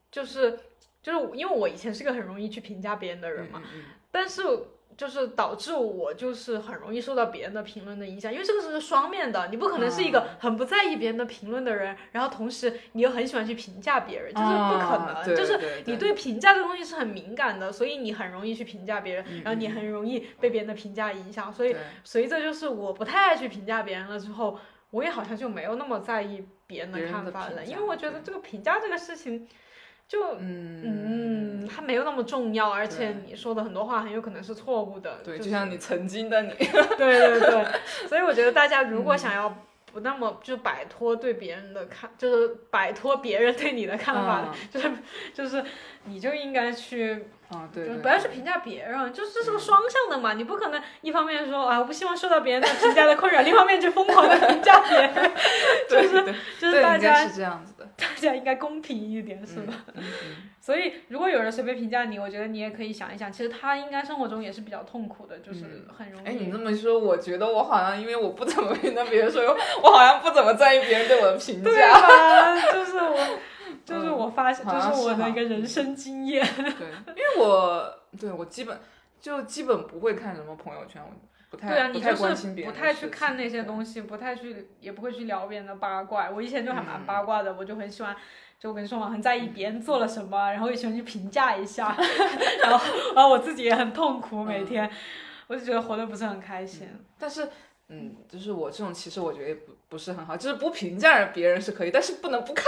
Speaker 1: 就是就是因为我以前是个很容易去评价别人的人嘛，
Speaker 2: 嗯
Speaker 1: 但是就是导致我就是很容易受到别人的评论的影响，因为这个是个双面的，你不可能是一个
Speaker 2: 啊
Speaker 1: 很不在意别人的评论的人，然后同时你又很喜欢去评价别人，就是不可能，
Speaker 2: 啊
Speaker 1: 就是。
Speaker 2: 对
Speaker 1: 你
Speaker 2: 对
Speaker 1: 对评价这个东西是很敏感的，所以你很容易去评价别
Speaker 2: 嗯
Speaker 1: 人，然后你很容易被别人的评价影响。所以
Speaker 2: 对
Speaker 1: 随着就是我不太爱去评价别人了之后，我也好像就没有那么在意别人
Speaker 2: 别
Speaker 1: 的
Speaker 2: 人
Speaker 1: 看
Speaker 2: 的
Speaker 1: 法
Speaker 2: 评
Speaker 1: 了，
Speaker 2: 价
Speaker 1: 因为我觉得这个评价这个事情就
Speaker 2: 嗯
Speaker 1: 嗯，它没有那么重要，而且你说的很多话很有可能是错误的。
Speaker 2: 对，
Speaker 1: 就
Speaker 2: 就是像你曾经的你，
Speaker 1: 对对对，所以我觉得大家如
Speaker 2: 嗯
Speaker 1: 果想要不那么就摆脱对别人的看，就是摆脱别人对你的看法，
Speaker 2: 啊
Speaker 1: 就是就是你就应该去，
Speaker 2: 啊，对，嗯
Speaker 1: 就是
Speaker 2: 对
Speaker 1: 不要去评价别人，就是这是个双向的嘛，你不可能一方面说啊我不希望受到别人的评价的困扰，另一方面就疯 狂的评价别人，就
Speaker 2: 对
Speaker 1: 是
Speaker 2: 对对
Speaker 1: 就是大
Speaker 2: 应该
Speaker 1: 家
Speaker 2: 是这嗯样子的，
Speaker 1: 大家应该公平一点，是吧？ 所以，如果有人随便评价你，我觉得你也可以想一想，其实他应该生活中也是比较痛苦的，就是很容易。
Speaker 2: 哎，你这么一说，我觉得我好像因为我不怎么 评价别人，所以我我好像不怎么在意别人对我的评
Speaker 1: 对
Speaker 2: 价。嗯
Speaker 1: 吧？就是我，就是我发现，
Speaker 2: 好像啊
Speaker 1: 就是我
Speaker 2: 是
Speaker 1: 的
Speaker 2: 哈
Speaker 1: 一个人生经验。
Speaker 2: 对，因为我对我基本就基本不会看什么朋友圈，我不太
Speaker 1: 对啊，
Speaker 2: 不
Speaker 1: 你
Speaker 2: 太
Speaker 1: 就
Speaker 2: 关心
Speaker 1: 是
Speaker 2: 别
Speaker 1: 不
Speaker 2: 人，
Speaker 1: 太去看那些东西，不太去，也不会去聊别人的八卦。我以前就还
Speaker 2: 嗯
Speaker 1: 蛮八卦的，我就很喜欢。就我跟你说嘛，很在意别人做了什么，然后也喜欢去评价一下， 然后然后我自己也很痛苦，
Speaker 2: 嗯
Speaker 1: 每天，我就觉得活得不是很开心。
Speaker 2: 但是。嗯，就是我这种，其实我觉得也不不是很好，就是不评价别人是可以，但是不能不看，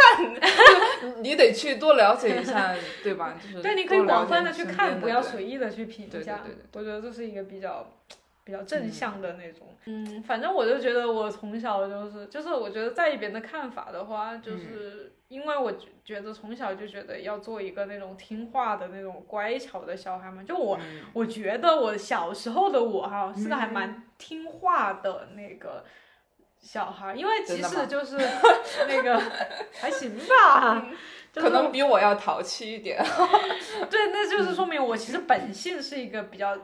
Speaker 2: 就是你得去多了解一下，对吧？就是
Speaker 1: 对，你可以广泛
Speaker 2: 的
Speaker 1: 的去看，不要
Speaker 2: 随
Speaker 1: 随意的去评
Speaker 2: 对对
Speaker 1: 价
Speaker 2: 对对。
Speaker 1: 我觉得这是一个比较比较正向的那种。嗯，反正我就觉得我从小就是就是我觉得在意别人的看法的话，
Speaker 2: 嗯
Speaker 1: 就是因为我觉觉得从小就觉得要做一个那种听话的那种乖巧的小孩嘛。就我
Speaker 2: 嗯
Speaker 1: 我觉得我小时候的我哈是个还蛮听话的那个。小孩，因为
Speaker 2: 真
Speaker 1: 其
Speaker 2: 的吗
Speaker 1: 实就是 那个还行吧，就是
Speaker 2: 可能比我要淘气一点。
Speaker 1: 对，那就是
Speaker 2: 嗯
Speaker 1: 说明我其实本性是一个比较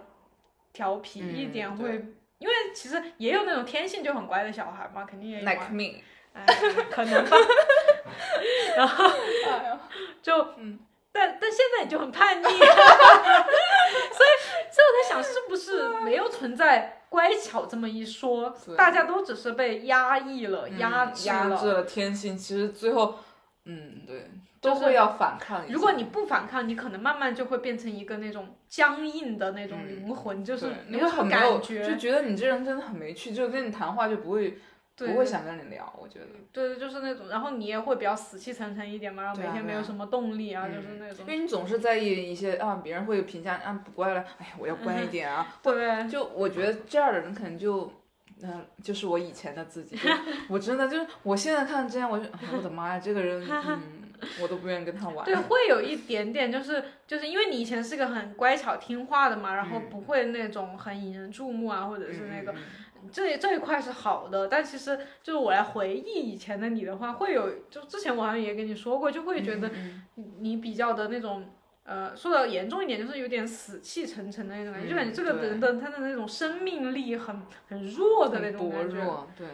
Speaker 1: 调皮一点，
Speaker 2: 嗯
Speaker 1: 会因为其实也有那种天性就很乖的小孩嘛，肯定也有、
Speaker 2: Like
Speaker 1: 啊，
Speaker 2: me，
Speaker 1: 哎，可能 吧。 就嗯，但但现在你就很叛逆，所以在想是不是没有存在乖巧这么一说，大家都只是被压抑了、压
Speaker 2: 嗯
Speaker 1: 制
Speaker 2: 压
Speaker 1: 了。
Speaker 2: 制了天性，其实最后，嗯，对，
Speaker 1: 就
Speaker 2: 都
Speaker 1: 是
Speaker 2: 会要反抗一下。
Speaker 1: 如果你不反抗，你可能慢慢就会变成一个那种僵硬的那种
Speaker 2: 嗯
Speaker 1: 灵魂，就是
Speaker 2: 对
Speaker 1: 没
Speaker 2: 你会
Speaker 1: 什么
Speaker 2: 很没
Speaker 1: 感
Speaker 2: 有，
Speaker 1: 觉，
Speaker 2: 就觉得你这人真的很没趣，就跟你谈话就不会
Speaker 1: 对
Speaker 2: 不会想跟你聊，我觉得。
Speaker 1: 嗯对对，就是那种，然后你也会比较死气沉沉一点嘛，然后
Speaker 2: 对
Speaker 1: 每
Speaker 2: 啊
Speaker 1: 天没有
Speaker 2: 对啊
Speaker 1: 什么动力啊，
Speaker 2: 嗯
Speaker 1: 就是那种
Speaker 2: 因，为你总是在意一些啊，别人会评价啊不乖了，哎呀，我要 乖一点啊。
Speaker 1: 对，
Speaker 2: 就我觉得这样的人可能就，嗯、就是我以前的自己。就 我真的就是，我现在看这样，我就、啊我的妈呀，这个 人，嗯，我都不愿意跟他玩。
Speaker 1: 对，会有一点点，就是就是因为你以前是个很乖巧听话的嘛，然后
Speaker 2: 嗯
Speaker 1: 不会那种很引人注目啊，或者是那个
Speaker 2: 嗯，
Speaker 1: 这这一块是好的，但其实就是我来回忆以前的你的话，会有就之前我好像也跟你说过，就会觉得
Speaker 2: 嗯
Speaker 1: 你比较的那种，呃，说的严重一点，就是有点死气沉沉的那种感觉，就感觉
Speaker 2: 嗯
Speaker 1: 这个
Speaker 2: 对
Speaker 1: 人的他的那种生命力很很弱的那
Speaker 2: 很
Speaker 1: 种
Speaker 2: 薄
Speaker 1: 感觉。
Speaker 2: 弱，对，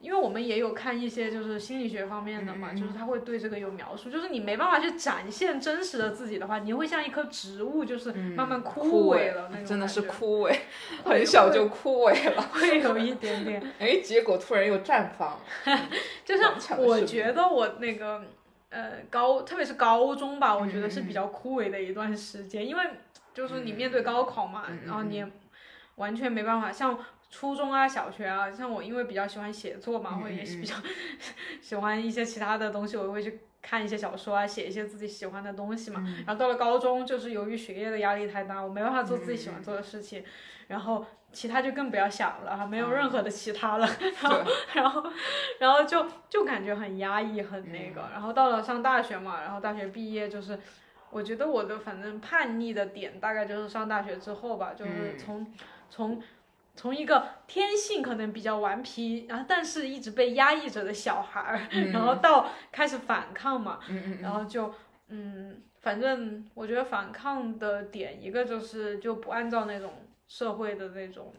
Speaker 1: 因为我们也有看一些就是心理学方面的嘛，
Speaker 2: 嗯嗯嗯
Speaker 1: 就是他会对这个有描述，就是你没办法去展现真实的自己的话，你会像一棵植物，就是
Speaker 2: 嗯
Speaker 1: 慢慢
Speaker 2: 枯
Speaker 1: 萎了那种感觉，
Speaker 2: 真的是枯萎，
Speaker 1: 会
Speaker 2: 很小就枯萎了，
Speaker 1: 会有一点点。
Speaker 2: 哎，结果突然又绽放。
Speaker 1: 就
Speaker 2: 顽
Speaker 1: 像
Speaker 2: 强的
Speaker 1: 我
Speaker 2: 生命
Speaker 1: 觉得我那个呃高，特别是高中吧，我觉得是
Speaker 2: 嗯嗯
Speaker 1: 比较枯萎的一段时间，因为就是你面对
Speaker 2: 嗯
Speaker 1: 高考嘛，
Speaker 2: 嗯嗯
Speaker 1: 然后你也完全没办法像。初中啊，小学啊，像我因为比较喜欢写作嘛，
Speaker 2: 嗯嗯
Speaker 1: 或者也是
Speaker 2: 嗯
Speaker 1: 比较 喜欢一些其他的东西，我会去看一些小说啊，写一些自己喜欢的东西嘛。
Speaker 2: 嗯
Speaker 1: 然后到了高中，就是由于学业的压力太大，我没办法做自己喜欢做的事
Speaker 2: 嗯
Speaker 1: 情，然后其他就更不要想了，没有
Speaker 2: 啊
Speaker 1: 任何的其 他了。然后，然后，然后就就感觉很压抑，很那个。然后到了上大学嘛，然后大学毕业就是。我觉得我的反正叛逆的点大概就是上大学之后吧，就是
Speaker 2: 嗯
Speaker 1: 从、从从一个天性可能比较顽皮，然后但是一直被压抑着的小孩儿， 然后到开始反抗嘛，
Speaker 2: 嗯嗯
Speaker 1: 然后就嗯，反正我觉得反抗的点，一个就是就不按照那种社会的那种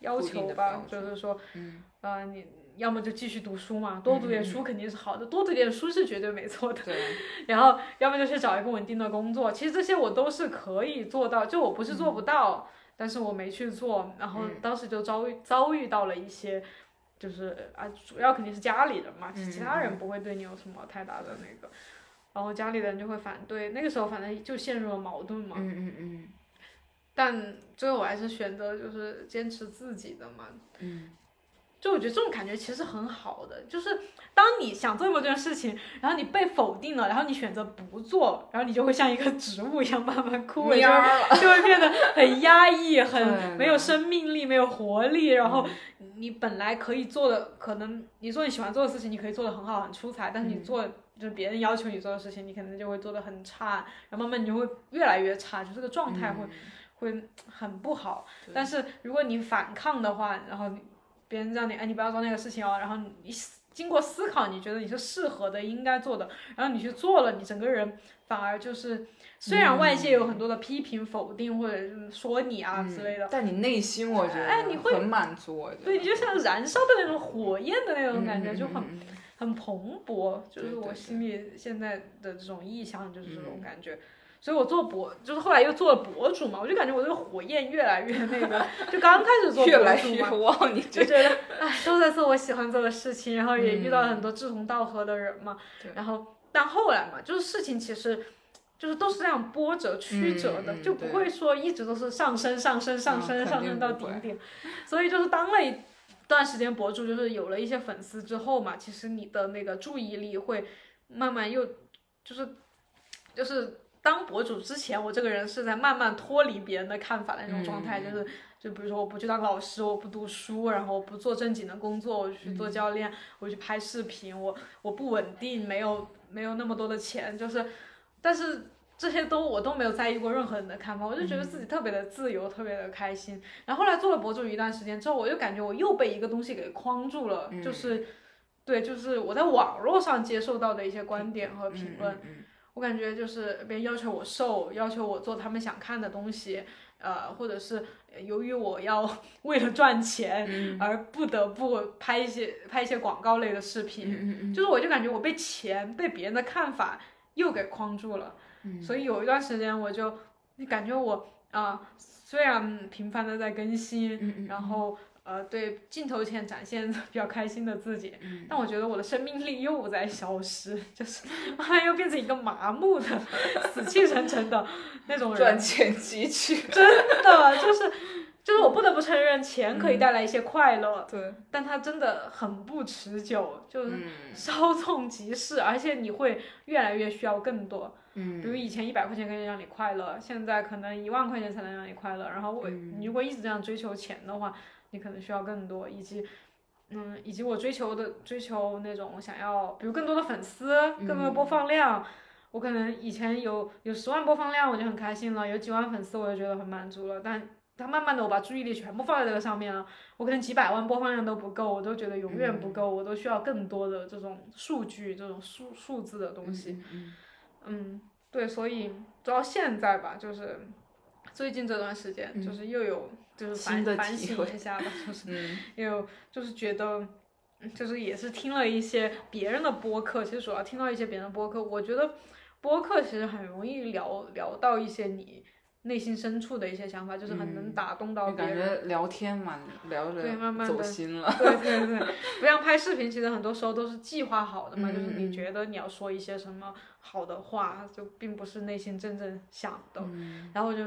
Speaker 1: 要
Speaker 2: 固
Speaker 1: 求
Speaker 2: 定的
Speaker 1: 吧
Speaker 2: 标，
Speaker 1: 就
Speaker 2: 准
Speaker 1: 是说，
Speaker 2: 嗯，
Speaker 1: 呃，你要么就继续读书嘛，多读点书肯定是好的，多读点书是绝对没错的。
Speaker 2: 对，
Speaker 1: 然后，要么就去找一个稳定的工作。其实这些我都是可以做到，就我不是做不到，但是我没去做。然后
Speaker 2: 嗯
Speaker 1: 当时就遭遇遭遇到了一些，就是啊，主要肯定是家里人嘛，
Speaker 2: 嗯
Speaker 1: 其他人不会对你有什么太大的那个。然后家里人就会反对，那个时候反正就陷入了矛盾嘛。
Speaker 2: 嗯嗯嗯
Speaker 1: 但最后我还是选择就是坚持自己的嘛，
Speaker 2: 嗯，
Speaker 1: 就我觉得这种感觉其实很好的，就是当你想做某件事情，然后你被否定了，然后你选择不做，然后你就会像一个植物一样慢慢枯
Speaker 2: 蔫
Speaker 1: 萎，就会
Speaker 2: 儿了，
Speaker 1: 就会变得很压抑， 很
Speaker 2: 对
Speaker 1: 没有生命力，没有活力。然后
Speaker 2: 嗯
Speaker 1: 你本来可以做的，可能你做你喜欢做的事情，你可以做的很好很出彩，但是你
Speaker 2: 嗯
Speaker 1: 做就是别人要求你做的事情，你可能就会做的很差，然后慢慢你就会越来越差，就这个状
Speaker 2: 嗯
Speaker 1: 态会会很不好。
Speaker 2: 对
Speaker 1: 但是如果你反抗的话，然后你别人让你哎，你不要做那个事情哦，然后你思经过思考，你觉得你是适合的、应该做的，然后你去做了，你整个人反而就是，虽然外界有很多的批评、否定或者是说你啊之类的，
Speaker 2: 嗯但你内心我觉得
Speaker 1: 哎你会
Speaker 2: 很满足，我觉得
Speaker 1: 对你就像燃烧的那种火焰的那种感觉，就很
Speaker 2: 嗯
Speaker 1: 很蓬勃，就
Speaker 2: 对
Speaker 1: 是
Speaker 2: 对嗯
Speaker 1: 我
Speaker 2: 对
Speaker 1: 心里现在的这种意向就是这种感觉。所以我做博，就是后来又做了博主嘛，我就感觉我这个火焰越来越那个，就刚开始做博
Speaker 2: 越
Speaker 1: 主嘛，
Speaker 2: 来越旺，你这
Speaker 1: 就觉得哎，都在做我喜欢做的事情，然后也遇到了很多志同道合的人嘛。
Speaker 2: 嗯对
Speaker 1: 然后，但后来嘛，就是事情其实就是都是这样波折曲折的，
Speaker 2: 嗯嗯
Speaker 1: 就不会说一直都是上升上升上升、
Speaker 2: 嗯肯定
Speaker 1: 上升到
Speaker 2: 不会
Speaker 1: 顶点。所以就是当了一段时间博主，就是有了一些粉丝之后嘛，其实你的那个注意力会慢慢又就是就是。当博主之前，我这个人是在慢慢脱离别人的看法的那种状态，
Speaker 2: 嗯
Speaker 1: 就是就比如说我不去当老师，我不读书，然后我不做正经的工作，我去做教练，我去拍视频，我我不稳定，没有没有那么多的钱，就是，但是这些都我都没有在意过任何人的看法，我就
Speaker 2: 嗯
Speaker 1: 觉得自己特别的自由，特别的开心。然后后来做了博主一段时间之后，我就感觉我又被一个东西给框住了，
Speaker 2: 嗯
Speaker 1: 就是，对，就是我在网络上接受到的一些观点和评论。，
Speaker 2: 嗯
Speaker 1: 我感觉就是别人要求我瘦，要求我做他们想看的东西，呃，或者是呃由于我要 为了赚钱
Speaker 2: 嗯
Speaker 1: 而不得不拍一些拍一些广告类的视
Speaker 2: 嗯
Speaker 1: 频，
Speaker 2: 嗯嗯
Speaker 1: 就是我就感觉我被钱被别人的看法又给框住了，
Speaker 2: 嗯
Speaker 1: 所以有一段时间我就感觉我啊、虽然频繁的在更新，
Speaker 2: 嗯嗯，
Speaker 1: 然后呃对镜头前展现比较开心的自己，
Speaker 2: 嗯
Speaker 1: 但我觉得我的生命力又在消失， 就是慢慢又变成一个麻 木的、死气沉沉的那种人
Speaker 2: 赚，钱机器，
Speaker 1: 真的就是。就是我不得不承认，
Speaker 2: 嗯
Speaker 1: 钱可以带来一些快乐，
Speaker 2: 对，
Speaker 1: 但它真的很不持久，就是
Speaker 2: 嗯
Speaker 1: 稍纵即逝，而且你会越来越需要更多。比如
Speaker 2: 嗯，
Speaker 1: 以前一百块钱可以让你快乐，现在可能一万块钱才能让你快乐。然后我，
Speaker 2: 嗯
Speaker 1: 你如果一直这样追求钱的话，你可能需要更多，以及，嗯，以及我追求的追求那种我想要，比如更多的粉丝，更多的播
Speaker 2: 嗯
Speaker 1: 放量。我可能以前有有十万播放量我就很开心了，有几万粉丝我就觉得很满足了，但。他慢慢的，我把注意力全部放在这个上面了，我可能几百万播放量都不够，我都觉得永远
Speaker 2: 嗯
Speaker 1: 不够，我都需要更多的这种数据、这种数数字的东西。
Speaker 2: 嗯，嗯
Speaker 1: 嗯，对，所以直到现在吧，就是最近这段时间，就是又有就是
Speaker 2: 嗯新
Speaker 1: 反
Speaker 2: 的
Speaker 1: 反
Speaker 2: 体
Speaker 1: 省
Speaker 2: 会
Speaker 1: 一下吧，就是
Speaker 2: 嗯
Speaker 1: 又就是觉得，嗯就是也是听了一些别人的播客，其实主要听到一些别人的播客，我觉得播客其实很容易聊聊到一些你内心深处的一些想法，就是很能
Speaker 2: 嗯
Speaker 1: 打动到
Speaker 2: 就
Speaker 1: 别
Speaker 2: 感
Speaker 1: 人。
Speaker 2: 觉聊天嘛，聊
Speaker 1: 对慢
Speaker 2: 着
Speaker 1: 慢
Speaker 2: 走
Speaker 1: 地
Speaker 2: 心了，
Speaker 1: 对 对对，不像拍视频，其实很多时候都是计划好的嘛，
Speaker 2: 嗯
Speaker 1: 就是
Speaker 2: 嗯
Speaker 1: 你
Speaker 2: 嗯
Speaker 1: 觉得你要说一些什么好的话，就并不是内心真正想的。
Speaker 2: 嗯
Speaker 1: 然后就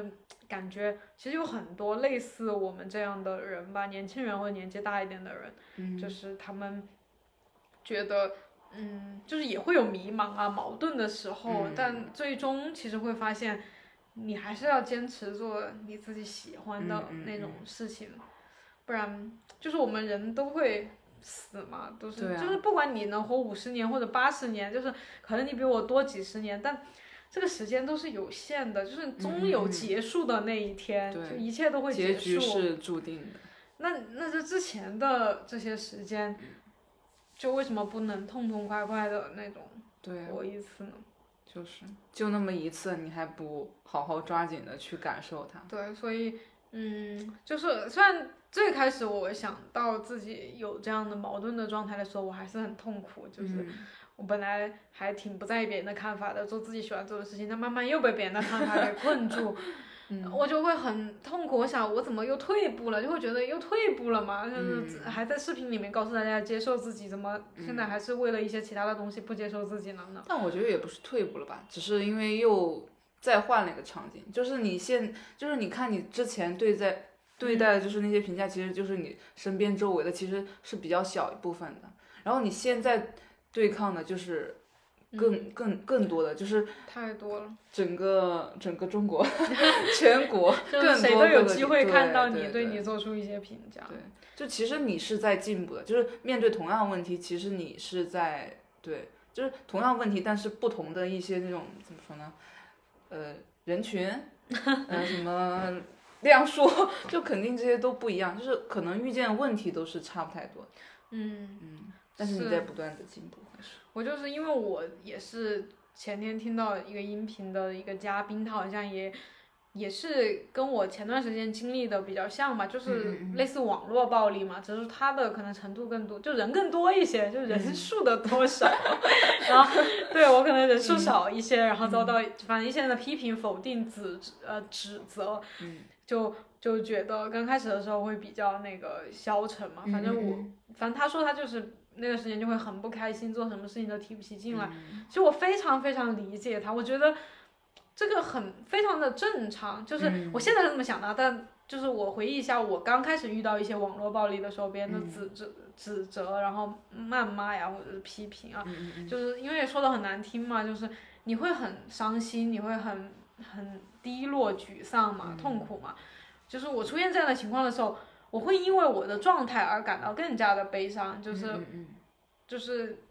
Speaker 1: 感觉其实有很多类似我们这样的人吧，年轻人或者年纪大一点的人，
Speaker 2: 嗯
Speaker 1: 就是他们觉得，嗯，就是也会有迷茫啊、矛盾的时候，
Speaker 2: 嗯
Speaker 1: 但最终其实会发现，你还是要坚持做你自己喜欢的
Speaker 2: 嗯嗯
Speaker 1: 那种事情，不然就是我们人都会。死嘛，都是、
Speaker 2: 对啊
Speaker 1: 就是不管你能活五十年或者八十年，就是可能你比我多几十年，但这个时间都是有限的，就是终有
Speaker 2: 嗯嗯嗯
Speaker 1: 结束的那一天，
Speaker 2: 对
Speaker 1: 就一切都会结
Speaker 2: 嗯结局
Speaker 1: 束。
Speaker 2: 是注定的，
Speaker 1: 那那这之前的这些时间，就为什么不能痛痛快快的那种
Speaker 2: 对啊，
Speaker 1: 过一次呢？
Speaker 2: 就是就那么一次，你还不好好抓紧的去感受它，
Speaker 1: 对，所以嗯，就是虽然最开始我想到自己有这样的矛盾的状态的时候，我还是很痛苦，就是
Speaker 2: 嗯，
Speaker 1: 我本来还挺不在意别人的看法的，做自己喜欢做的事情，但慢慢又被别人的看法给困住
Speaker 2: 嗯
Speaker 1: 我就会很痛苦。我想我怎么又退步了？就会觉得又退步了嘛，就是
Speaker 2: 嗯
Speaker 1: 还在视频里面告诉大家接受自己，怎么现在还是为了一些其他的东西不接受自己了呢？
Speaker 2: 但我觉得也不是退步了吧，只是因为又再换了一个场景，就是你现就是你看你之前对在对待的就是那些评价，其实就是你身边周围的，其实是比较小一部分的，然后你现在对抗的就是更、更更多的就是
Speaker 1: 嗯太多了，
Speaker 2: 整个整个中国 全国
Speaker 1: 就
Speaker 2: 更
Speaker 1: 是
Speaker 2: 多
Speaker 1: 谁都有
Speaker 2: 各个
Speaker 1: 机会看到
Speaker 2: 对
Speaker 1: 你
Speaker 2: 对
Speaker 1: 对你做出一些评价。
Speaker 2: 对，就其实你是在进步的，就是面对同样问题，其实你是在对，就是同样问题，但是不同的一些那种怎么说呢？呃，人群，呃，什么量数， 就肯定这些都不一样，就是可能遇见问题都是差不太多，
Speaker 1: 嗯。
Speaker 2: 嗯，但是
Speaker 1: 是
Speaker 2: 你在不断的进步，还是
Speaker 1: 我就是因为我也是前天听到一个音频的一个嘉宾，他好像也也是跟我前段时间经历的比较像吧，就是
Speaker 2: 嗯嗯嗯
Speaker 1: 类似网络暴力嘛，只是他的可能程度更多，就人更多一些，就
Speaker 2: 嗯
Speaker 1: 人数的多少， 然后 对我可能
Speaker 2: 嗯
Speaker 1: 人数少一些，然后遭到反正一些人的批评、否定、指呃指责，
Speaker 2: 嗯
Speaker 1: 就就觉得刚开始的时候会比较那个消沉
Speaker 2: 嗯
Speaker 1: 嘛，反正我反正他说他就是那段时间就会很不开心，做什么事情都提不起劲来。
Speaker 2: 嗯
Speaker 1: 其实我非常非常理解他，我觉得这个很非常的正常，就是
Speaker 2: 嗯
Speaker 1: 我现在是这么想的，但就是我回忆一下，我刚开始遇到一些网络暴力的时候，别人的
Speaker 2: 嗯
Speaker 1: 指指指责，然后谩骂呀或者是批评啊，
Speaker 2: 嗯嗯
Speaker 1: 就是因为说的很难听嘛，就是你会很伤心，你会很很低落、沮丧
Speaker 2: 嗯
Speaker 1: 嘛、痛苦嘛。就是我出现这样的情况的时候，我会因为我的状态而感到更加的悲伤，就是、
Speaker 2: 嗯嗯
Speaker 1: 就是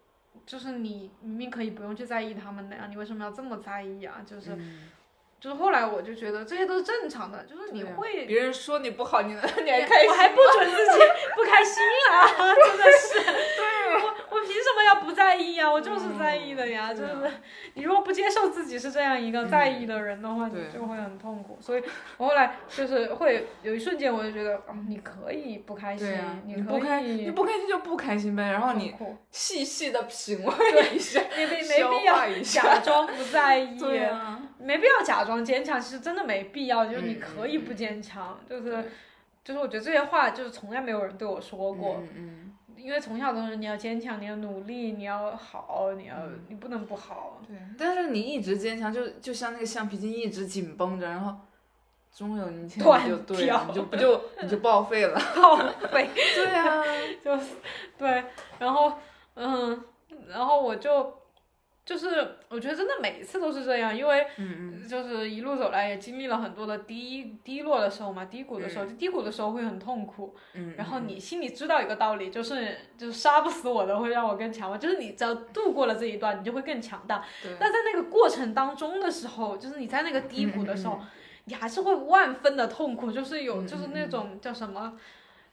Speaker 1: 就是你明明可以不用去在意他们的呀，你为什么要这么在意啊？就是、
Speaker 2: 嗯
Speaker 1: 就是后来我就觉得这些都是正常的，就是你
Speaker 2: 对啊
Speaker 1: 会。
Speaker 2: 别人说你不好，你你还
Speaker 1: 也
Speaker 2: 开心
Speaker 1: 啊我还不准自己不开心啊！真的是，我我平什么要不在意啊？我就是在意的呀，
Speaker 2: 嗯
Speaker 1: 就
Speaker 2: 对啊
Speaker 1: 是你如果不接受自己是这样一个
Speaker 2: 嗯
Speaker 1: 在意的人的话，
Speaker 2: 对
Speaker 1: 你就会很痛苦。所以我后来就是会有一瞬间，我就觉得，哦，你可以不开心
Speaker 2: 对呀，，啊你
Speaker 1: 可
Speaker 2: 不开你
Speaker 1: 以
Speaker 2: 不开心就不开心呗，然后
Speaker 1: 痛
Speaker 2: 你
Speaker 1: 苦，
Speaker 2: 细细的品味一下，
Speaker 1: 你没
Speaker 2: 消
Speaker 1: 没必
Speaker 2: 化
Speaker 1: 要
Speaker 2: 一下
Speaker 1: 假装不 在意，
Speaker 2: 对啊，
Speaker 1: 没必要假装坚强，其实真的没必要，就是你
Speaker 2: 嗯
Speaker 1: 可以
Speaker 2: 嗯
Speaker 1: 不坚强，就是
Speaker 2: 对
Speaker 1: 就是我觉得这些话就是从来没有人对我说过，
Speaker 2: 嗯嗯，
Speaker 1: 因为从小都是你要坚强，你要努力，你要好，你要、
Speaker 2: 嗯
Speaker 1: 你不能不好。
Speaker 2: 对。但是你一直坚强，就就像那个橡皮筋一直紧绷着，然后终有一天
Speaker 1: 断
Speaker 2: 你就对了，
Speaker 1: 掉
Speaker 2: 你 就不就你就报废了。
Speaker 1: 靠背
Speaker 2: 对啊，
Speaker 1: 就是对，然后嗯，然后我就就是我觉得真的每一次都是这样，因为
Speaker 2: 嗯嗯，
Speaker 1: 就是一路走来也经历了很多的低低落的时候嘛，低谷的时候，低谷的时候会很痛苦。
Speaker 2: 嗯，
Speaker 1: 然后你心里知道一个道理，就是就是杀不死我的会让我更强嘛，就是你只要度过了这一段，你就会更强大。
Speaker 2: 对
Speaker 1: 但在那个过程当中的时候，就是你在那个低谷的时候，你还是会万分的痛苦，就是有
Speaker 2: 嗯嗯嗯
Speaker 1: 就是那种叫什么，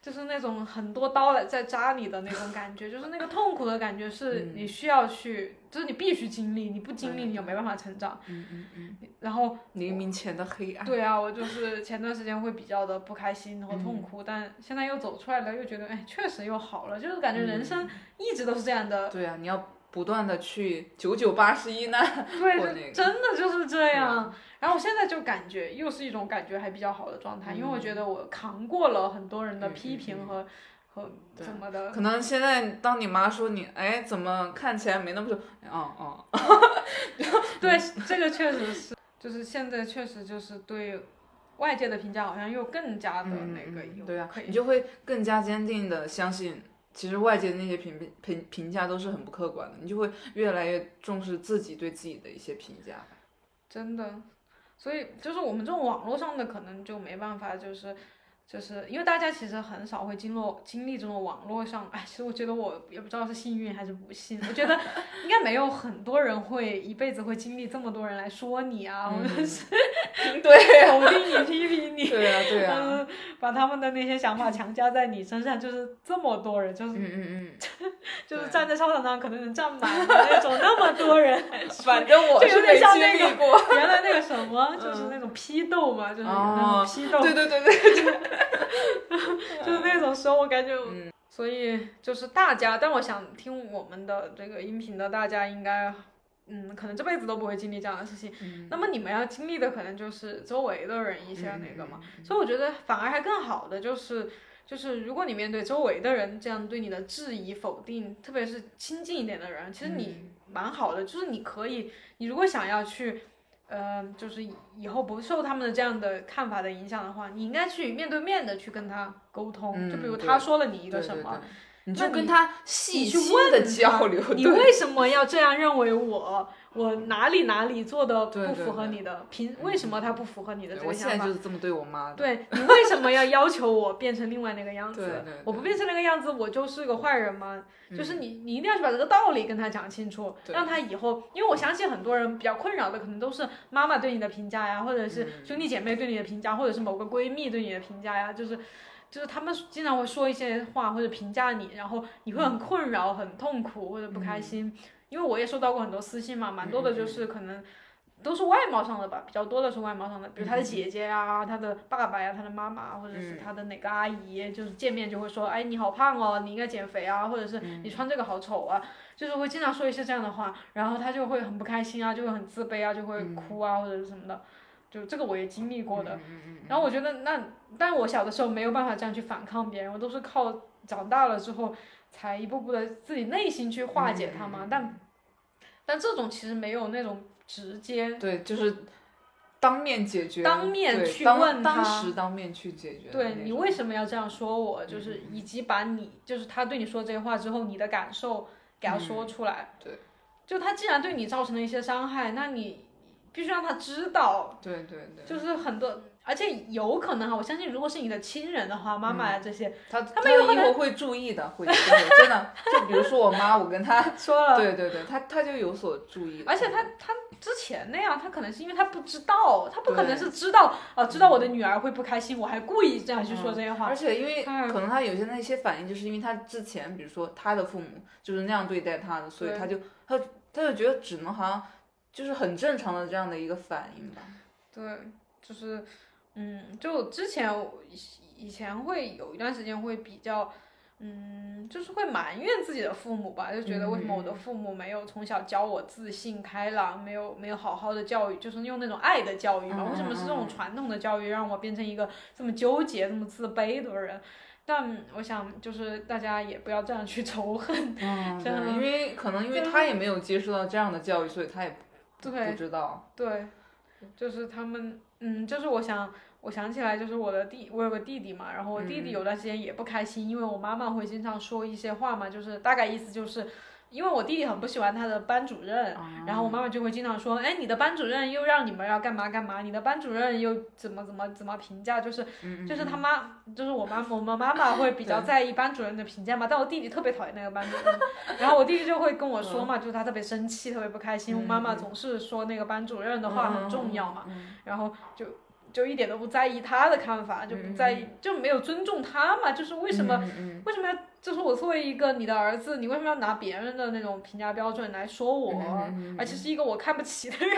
Speaker 1: 就是那种很多刀来在扎你的那种感觉，就是那个痛苦的感觉是
Speaker 2: 嗯
Speaker 1: 你需要去，就是你必须经历，你不经历
Speaker 2: 对
Speaker 1: 你就没办法成长。
Speaker 2: 嗯嗯嗯，
Speaker 1: 然后
Speaker 2: 黎明前的黑暗。
Speaker 1: 对啊，我就是前段时间会比较的不开心和痛苦，
Speaker 2: 嗯
Speaker 1: 但现在又走出来了，又觉得哎，确实又好了，就是
Speaker 2: 嗯
Speaker 1: 感觉人生一直都是这样的，
Speaker 2: 对啊，你要不断的去九九八十一难。
Speaker 1: 对，
Speaker 2: 我
Speaker 1: 就
Speaker 2: 那个
Speaker 1: 真的就是这
Speaker 2: 对啊
Speaker 1: 样。然后我现在就感觉又是一种感觉还比较好的状态，因为我觉得我扛过了很多人的
Speaker 2: 嗯
Speaker 1: 批评和、和
Speaker 2: 对
Speaker 1: 怎么 的，
Speaker 2: 可能现在当你妈说你，哎，怎么看起来没那么瘦？哦哦，
Speaker 1: 对，这个确实是，就是现在确实就是对外界的评价好像又更加的
Speaker 2: 嗯
Speaker 1: 那个
Speaker 2: 嗯
Speaker 1: 有
Speaker 2: 对啊
Speaker 1: 可，以
Speaker 2: 你就会更加坚定的相信，其实外界的那些评评评价都是很不客观的，你就会越来越重视自己对自己的一些评价吧。
Speaker 1: 真的，所以就是我们这种网络上的可能就没办法，就是就是因为大家其实很少会经络经历这种网络上，哎，其实我觉得我也不知道是幸运还是不幸，我觉得应该没有很多人会一辈子会经历这么多人来说你啊，或
Speaker 2: 嗯
Speaker 1: 者是
Speaker 2: 对
Speaker 1: 否定你、批评你。
Speaker 2: 对啊， 对啊，
Speaker 1: 嗯，把他们的那些想法强加在你身上，就是这么多人，就是、
Speaker 2: 嗯嗯 嗯，
Speaker 1: 就是
Speaker 2: 对
Speaker 1: 站在操场上可能能站满的那种，那么 多人来说
Speaker 2: 反正我
Speaker 1: 这有
Speaker 2: 是
Speaker 1: 点
Speaker 2: 没
Speaker 1: 像那
Speaker 2: 经历过。 嗯
Speaker 1: 原来那个什么，就是那种批斗嘛，就是有那种
Speaker 2: 哦
Speaker 1: 批斗，
Speaker 2: 对对对 对，
Speaker 1: 就是那种时候，我感觉我，
Speaker 2: 嗯
Speaker 1: 所以就是大家，但我想听我们的这个音频的大家应该。嗯，可能这辈子都不会经历这样的事情。
Speaker 2: 嗯
Speaker 1: 那么你们要经历的可能就是周围的人一些
Speaker 2: 嗯
Speaker 1: 那个嘛，
Speaker 2: 嗯
Speaker 1: 所以我觉得反而还更好的就是，就是如果你面对周围的人这样对你的质疑、否定，特别是亲近一点的人，其实
Speaker 2: 嗯
Speaker 1: 你蛮好的，就是你可以，你如果想要去，呃，就是以后不受他们的这样的看法的影响的话，你应该去面对面的去跟他沟通，
Speaker 2: 嗯
Speaker 1: 就比如
Speaker 2: 对
Speaker 1: 他说了你一
Speaker 2: 对
Speaker 1: 个
Speaker 2: 对
Speaker 1: 什么。
Speaker 2: 对你
Speaker 1: 那
Speaker 2: 就
Speaker 1: 你
Speaker 2: 跟他细
Speaker 1: 你去
Speaker 2: 心
Speaker 1: 问
Speaker 2: 的
Speaker 1: 他
Speaker 2: 交流，
Speaker 1: 你
Speaker 2: 对
Speaker 1: 为什么要这样认为我？我哪里哪里做的
Speaker 2: 对
Speaker 1: 不
Speaker 2: 对
Speaker 1: 符合
Speaker 2: 对
Speaker 1: 你的？凭为什么他不符合你
Speaker 2: 对
Speaker 1: 的这个
Speaker 2: 我
Speaker 1: 想
Speaker 2: 现
Speaker 1: 法？
Speaker 2: 在就是这么对我妈的。
Speaker 1: 对你为什么要要求我变成另外那个样子？
Speaker 2: 啊对对对
Speaker 1: 我不变成那个样子，我就是个坏人吗？
Speaker 2: 嗯
Speaker 1: 就是你，你一定要去把这个道理跟他讲清楚，
Speaker 2: 对
Speaker 1: 让他以后，因为我相信很多人比较困扰的，可能都是妈妈对你的评价呀，或者
Speaker 2: 嗯
Speaker 1: 是兄弟姐妹对你的评价，或者是某个闺蜜对你的评价呀，就是。就是他们经常会说一些话或者评价你，然后你会很困扰、很痛苦或者不开心，因为我也收到过很多私信嘛，蛮多的就是可能都是外貌上的吧，比较多的是外貌上的，比如他的姐姐啊、他的爸爸呀、他的妈妈，或者是他的哪个阿姨，就是见面就会说，哎，你好胖哦，你应该减肥啊，或者是你穿这个好丑啊，就是会经常说一些这样的话，然后他就会很不开心啊，就会很自卑啊，就会哭啊、或者是什么的，就这个我也经历过的。然后我觉得那，但我小的时候没有办法这样去反抗别人，我都是靠长大了之后才一步步的自己内心去化解它嘛。但嗯但这种其实没有那种直接
Speaker 2: 对，就是当面解决，
Speaker 1: 嗯当面
Speaker 2: 对
Speaker 1: 去
Speaker 2: 当
Speaker 1: 问
Speaker 2: 当
Speaker 1: 他
Speaker 2: 时当面去解决的那
Speaker 1: 对
Speaker 2: 种。
Speaker 1: 你为什么要这样说我，就是以及把你就是他对你说这些话之后你的感受给他说出来。
Speaker 2: 对，
Speaker 1: 就他既然对你造成了一些伤害，那你必须让他知道，
Speaker 2: 对对对，
Speaker 1: 就是很多而且有可能哈，我相信如果是你的亲人的话，妈妈呀这些，
Speaker 2: 他他
Speaker 1: 他们有可
Speaker 2: 以后会注意的，会注意的真的。就比如说我妈，我跟她，
Speaker 1: 说了，
Speaker 2: 对对对，她她就有所注意的。
Speaker 1: 而且他他之前那样，他可能是因为他不知道，他不可
Speaker 2: 对
Speaker 1: 能
Speaker 2: 嗯
Speaker 1: 是知道啊，知道我的女儿会不开心，我还故意这样去说这些话。
Speaker 2: 而且因为
Speaker 1: 嗯
Speaker 2: 可能他有些那些反应，就是因为他之前，比如说他的父母就是那样对待他的，所以
Speaker 1: 对
Speaker 2: 他就他他就觉得只能好像就是很正常的这样的一个反 应吧。
Speaker 1: 对，就是，嗯，就之前我以以前会有一段时间会比较，嗯，就是会埋怨自己的父母吧，就觉得为什么我的父母没有从小教我自信开朗，没有没有好好的教育，就是用那种爱的教育嘛，为什么是这种传统的教育让我变成一个这么纠结、这么自卑的人？但我想，就是大家也不要这样去仇恨，
Speaker 2: 嗯，
Speaker 1: 真的
Speaker 2: 对，因为可能因为
Speaker 1: 真的
Speaker 2: 他也没有接受到这样的教育，所以他也不
Speaker 1: 对
Speaker 2: 不知道。
Speaker 1: 对，就是他们，嗯，就是我想，我想起来，就是我的弟，我有个弟弟嘛，然后我
Speaker 2: 嗯
Speaker 1: 弟弟有段时间也不开心，因为我妈妈会经常说一些话嘛，就是大概意思就是，因为我弟弟很不喜欢他的班主任，
Speaker 2: 啊
Speaker 1: 然后我妈妈就会经常说，哎，你的班主任又让你们要干嘛干嘛，你的班主任又怎么怎么怎么评价，就是
Speaker 2: 嗯，
Speaker 1: 就是他妈，就是我妈，我们妈妈会比较在意班主任的评价嘛，但我弟弟特别讨厌那个班主任，然后我弟弟就会跟我
Speaker 2: 嗯
Speaker 1: 说嘛，就是他特别生气，特别不开心，我妈妈总是说那个班主任的话很
Speaker 2: 嗯
Speaker 1: 重要嘛，然后就就一点都不在意他的看法，就不在意，就没有尊重他嘛，就是为什么
Speaker 2: 嗯？嗯
Speaker 1: 为什么要？就是我作为一个你的儿子，你为什么要拿别人的那种评价标准来说我，
Speaker 2: 嗯
Speaker 1: 而且是一个我看不起的人？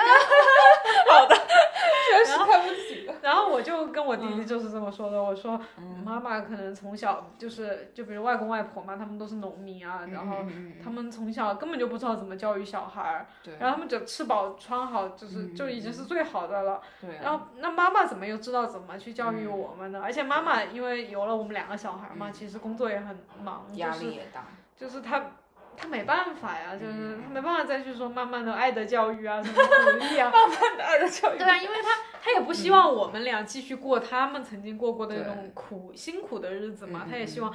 Speaker 2: 确实看不起。
Speaker 1: 然后我就跟我弟
Speaker 2: 嗯
Speaker 1: 弟就是这么说的，我说妈妈可能从小就是，就比如外公外婆嘛，他们都是农民啊，然后
Speaker 2: 嗯嗯嗯
Speaker 1: 他们从小根本就不知道怎么教育小孩儿，
Speaker 2: 对嗯
Speaker 1: 然后他们只要吃饱穿好，就是就已经是最好的了。
Speaker 2: 对啊，嗯
Speaker 1: 然后那妈妈怎么又知道怎么去教育我们呢？而且妈妈因为有了我们两个小孩嘛，其实工作也很忙，就
Speaker 2: 压
Speaker 1: 是
Speaker 2: 力也 大。
Speaker 1: 就是他。他没办法呀，
Speaker 2: 嗯
Speaker 1: 就是他没办法再去说慢慢的爱的教育啊，什么鼓励啊，
Speaker 2: 爱的教育
Speaker 1: 对啊，因为他他也不
Speaker 2: 嗯
Speaker 1: 希望我们俩继续过他们曾经过过的那种苦辛苦的日子
Speaker 2: 嗯
Speaker 1: 嘛，他也希望。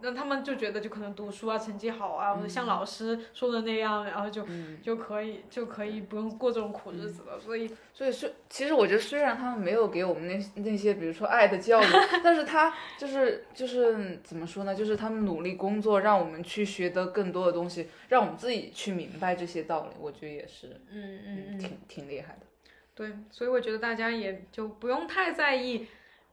Speaker 1: 那他们就觉得就可能读书啊，成绩好啊，或者
Speaker 2: 嗯
Speaker 1: 像老师说的那样，然后就、就可以就可以不用过这种苦
Speaker 2: 嗯
Speaker 1: 日子了。所以，
Speaker 2: 所以虽其实我觉得，虽然他们没有给我们那那些比如说爱的教育，但是他就是就是怎么说呢？就是他们努力工作，让我们去学得更多的东西，让我们自己去明白这些道理。我觉得也是，
Speaker 1: 嗯嗯嗯，
Speaker 2: 挺挺厉害的。
Speaker 1: 对，所以我觉得大家也就不用太在意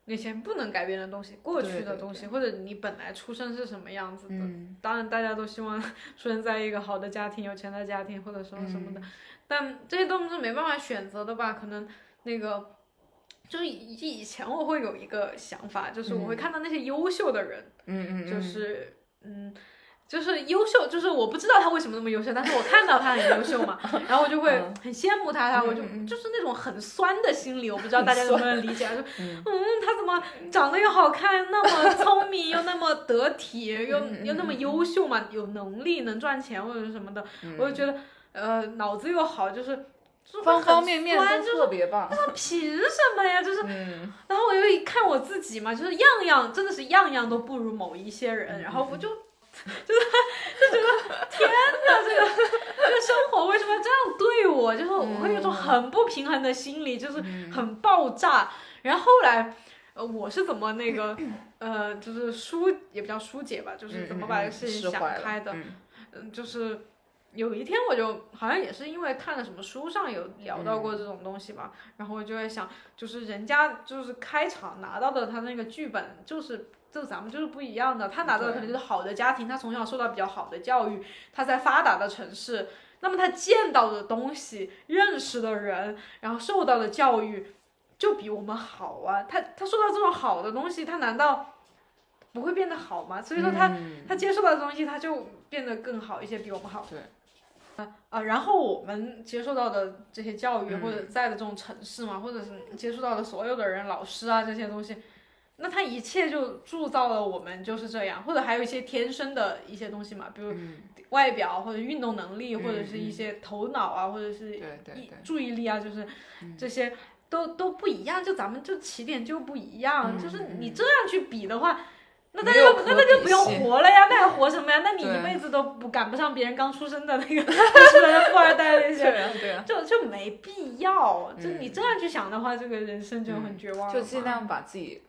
Speaker 1: 那些不能改变的东西，过
Speaker 2: 对
Speaker 1: 去的
Speaker 2: 对
Speaker 1: 东西，或者你本来出生是什么样子的，
Speaker 2: 嗯，
Speaker 1: 当然，大家都希望 出生在一个好的家庭、有钱的家庭，或者什么什么的，但这些都是没办法选择的吧？可能那个，就是以以前我会有一个想法，就是我会看到那些优秀的人，
Speaker 2: 嗯嗯，
Speaker 1: 就是嗯。就是优秀，就是我不知道他为什么那么优秀，但是我看到他很优秀 嘛，然后我就会
Speaker 2: 嗯
Speaker 1: 很羡慕他，然后我就就是那种很酸的心理，我不知道大家能不能理 解，就嗯，他怎么长得又好看，那么聪明，又那么得体，又
Speaker 2: 嗯
Speaker 1: 又那么优秀嘛，有能力能赚钱或者是什么的，
Speaker 2: 嗯
Speaker 1: 我就觉得呃脑子又好，就是就是会
Speaker 2: 方
Speaker 1: 很
Speaker 2: 方面面
Speaker 1: 酸
Speaker 2: 都特别棒。
Speaker 1: 他凭什么呀？就是，
Speaker 2: 嗯
Speaker 1: 然后我又一看我自己嘛，就是样样真的是样样都不如某一些人，然后我就 就是就觉得天哪，这个这个生活为什么要这样对我？就是我会有一种很不平衡的心理，就是很爆炸。然后后来，呃，我是怎么那个呃，就是疏也不叫疏解吧， 就是怎么把这个事情想开的？
Speaker 2: 嗯
Speaker 1: 嗯，就是有一天我就好像也是因为看了什么书上有聊到过这种东西嘛，然后我就会想，就是人家就是开场拿到的他那个剧本就是。就咱们就是不一样的，他拿到的可能就是好的家庭，他从小受到比较好的教育，他在发达的城市，那么他见到的东西、认识的人，然后受到的教育，就比我们好啊。他他受到这种好的东西，他难道不会变得好吗？所以说他
Speaker 2: 嗯
Speaker 1: 他接受到的东西，他就变得更好一些，比我们好。
Speaker 2: 对。
Speaker 1: 啊，然后我们接受到的这些教
Speaker 2: 嗯
Speaker 1: 育，或者在的这种城市嘛，或者是接触到的所有的人、老师啊这些东西，那他一切就铸造了我们就是这样，或者还有一些天生的一些东西嘛，比如外表或者运动能力，
Speaker 2: 嗯
Speaker 1: 或者是一些头脑啊，或者是
Speaker 2: 对对
Speaker 1: 意
Speaker 2: 对，嗯
Speaker 1: 注意力啊，就是这些都都不一样，就咱们就起点就不一样，
Speaker 2: 嗯
Speaker 1: 就是你这样去比的话，那大
Speaker 2: 没
Speaker 1: 家
Speaker 2: 有
Speaker 1: 就
Speaker 2: 可
Speaker 1: 那那就不用
Speaker 2: 系
Speaker 1: 活了呀，那还活什么呀？那你
Speaker 2: 对
Speaker 1: 一辈子都不赶不上别人刚出生的 那个刚出来的富二代那
Speaker 2: 对
Speaker 1: 些，
Speaker 2: 啊，对啊，
Speaker 1: 就就没必要。就
Speaker 2: 嗯
Speaker 1: 你这样去想的话，这个人生就很绝望了嘛。
Speaker 2: 就尽量把自己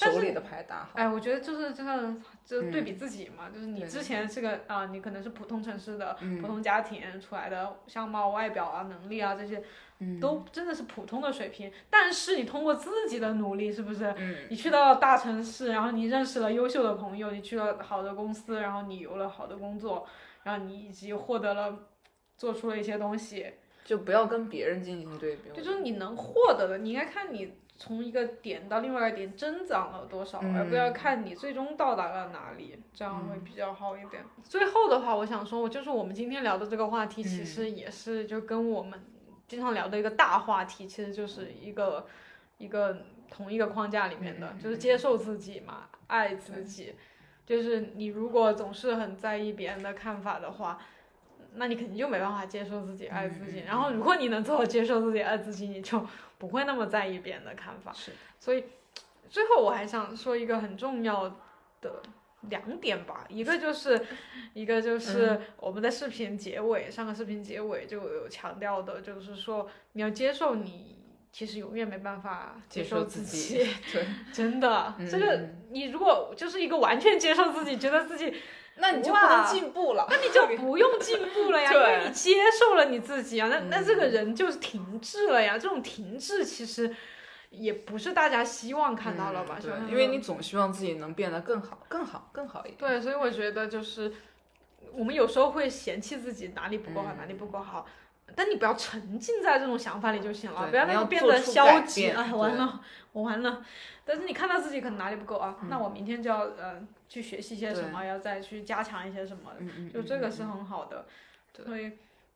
Speaker 1: 但是
Speaker 2: 手里的牌打好。
Speaker 1: 哎，我觉得就是真的，就是对
Speaker 2: 嗯
Speaker 1: 比自己嘛，就是你
Speaker 2: 对
Speaker 1: 之
Speaker 2: 对
Speaker 1: 前是个啊、你可能是普通城市的、普
Speaker 2: 嗯
Speaker 1: 通家庭出来的，相貌、外表啊、能力啊这些，
Speaker 2: 嗯
Speaker 1: 都真的是普通的水平。但是你通过自己的努力，是不是？
Speaker 2: 嗯
Speaker 1: 你去到了大城市，然后你认识了优秀的朋友，你去了好的公司，然后你有了好的工作，然后你以及获得了。做出了一些东西，
Speaker 2: 就不要跟别人进行对比。
Speaker 1: 就就是你能获得的，你应该看你从一个点到另外一个点增长了多少，
Speaker 2: 嗯
Speaker 1: 而不要看你最终到达了哪里，这样会比较好一点。最后的话，我想说，我就是我们今天聊的这个话
Speaker 2: 嗯
Speaker 1: 题，其实也是就跟我们经常聊的一个大话题，其实就是一个一个同一个框架里面的，
Speaker 2: 嗯嗯嗯
Speaker 1: 就是接受自己嘛，爱自己。就是你如果总是很在意别人的看法的话，那你肯定就没办法接受自己、爱自己。
Speaker 2: 嗯嗯嗯
Speaker 1: 然后，如果你能做到接受自己、爱自己，你就不会那么在意别人的看法。
Speaker 2: 是
Speaker 1: 所以，最后我还想说一个很重要的两点吧，一个就是，一个
Speaker 2: 嗯
Speaker 1: 就是我们在视频结尾、上个视频结尾就有强调的，就是说你要接受你。其实永远没办法
Speaker 2: 接
Speaker 1: 受
Speaker 2: 受自
Speaker 1: 己，
Speaker 2: 己 对，
Speaker 1: 真的，这个
Speaker 2: 嗯
Speaker 1: 你如果就是一个完全接受自己，觉得自己
Speaker 2: 那你就不
Speaker 1: 哇嗯
Speaker 2: 能进步了。
Speaker 1: 那你就不用进步了呀，因
Speaker 2: 对
Speaker 1: 为你接受了你自己啊。那那
Speaker 2: 嗯
Speaker 1: 这个人就是停滞了呀。这种停滞其实也不是大家希望看到了吧？
Speaker 2: 嗯
Speaker 1: 是吧
Speaker 2: 对，因为你总希望自己能变得更好、更好、更好一点。
Speaker 1: 对，所以我觉得就是我们有时候会嫌弃自己哪里不够好，
Speaker 2: 嗯
Speaker 1: 哪里不够好。但你不要沉浸在这种想法里就行了，
Speaker 2: 对
Speaker 1: 不要
Speaker 2: 你
Speaker 1: 那个
Speaker 2: 要
Speaker 1: 变
Speaker 2: 做
Speaker 1: 得
Speaker 2: 出
Speaker 1: 消
Speaker 2: 改
Speaker 1: 极。
Speaker 2: 变
Speaker 1: 哎，
Speaker 2: 对
Speaker 1: 完了，我完了。但是你看到自己可能哪里不够啊，那我明天就要呃去学习一些
Speaker 2: 嗯
Speaker 1: 什
Speaker 2: 对
Speaker 1: 么，要再去加强一些什么。
Speaker 2: 嗯嗯，
Speaker 1: 就
Speaker 2: 嗯
Speaker 1: 这个是很好的。所以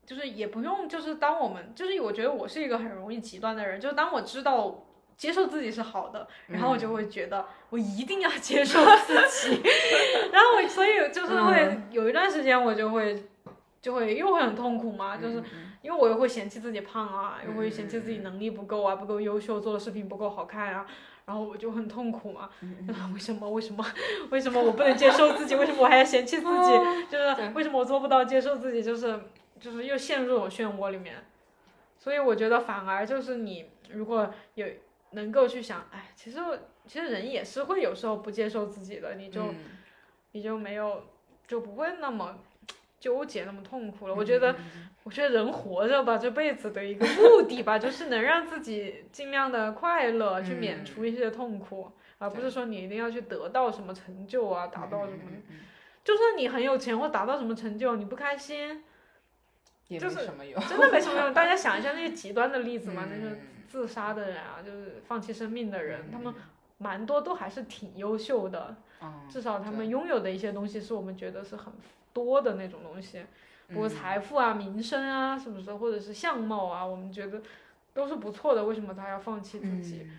Speaker 1: 就是也不用，就是当我们就是我觉得我是一个很容易极端的人，就当我知道接受自己是好的，然后我
Speaker 2: 嗯
Speaker 1: 就会觉得我一定要 接受自己，然后我所以就是
Speaker 2: 嗯
Speaker 1: 会有一段时间我就会。就会又会很痛苦嘛，
Speaker 2: 嗯
Speaker 1: 就是因为我又会嫌弃自己胖啊，又会嫌弃自己能力不够啊，不够优秀，做的视频不够好看啊，然后我就很痛苦嘛。 为什么？为什么？为什么我不能接受自己？为什么我还要嫌弃自己？就是为什么我做不到接受自己？就是就是又陷入这种漩涡里面。所以我觉得反而就是你如果有能够去想，哎，其实我其实人也是会有时候不接受自己的，你就、
Speaker 2: 嗯
Speaker 1: 你就没有就不会那么纠结那么痛苦了。我觉得我觉得人活着吧，这辈子的一个目的吧，就是能让自己尽量的快乐，去免除一些痛苦，而不是说你一定要去得到什么成就啊，达
Speaker 2: 嗯
Speaker 1: 到什么。就算你很有钱或达到什么成就，你不开心，
Speaker 2: 也
Speaker 1: 就
Speaker 2: 没
Speaker 1: 是
Speaker 2: 什么用。
Speaker 1: 真的没什么用。大家想一下那些极端的例子嘛，
Speaker 2: 嗯
Speaker 1: 就是自杀的人啊，就是放弃生命的人，他们蛮多都还是挺优秀的，
Speaker 2: 嗯
Speaker 1: 至少他们拥有的一些东西是我们觉得是很多的那种东西，
Speaker 2: 嗯
Speaker 1: 不过财富啊、名声啊，是不是，或者是相貌啊，我们觉得都是不错的，为什么他要放弃自己？
Speaker 2: 嗯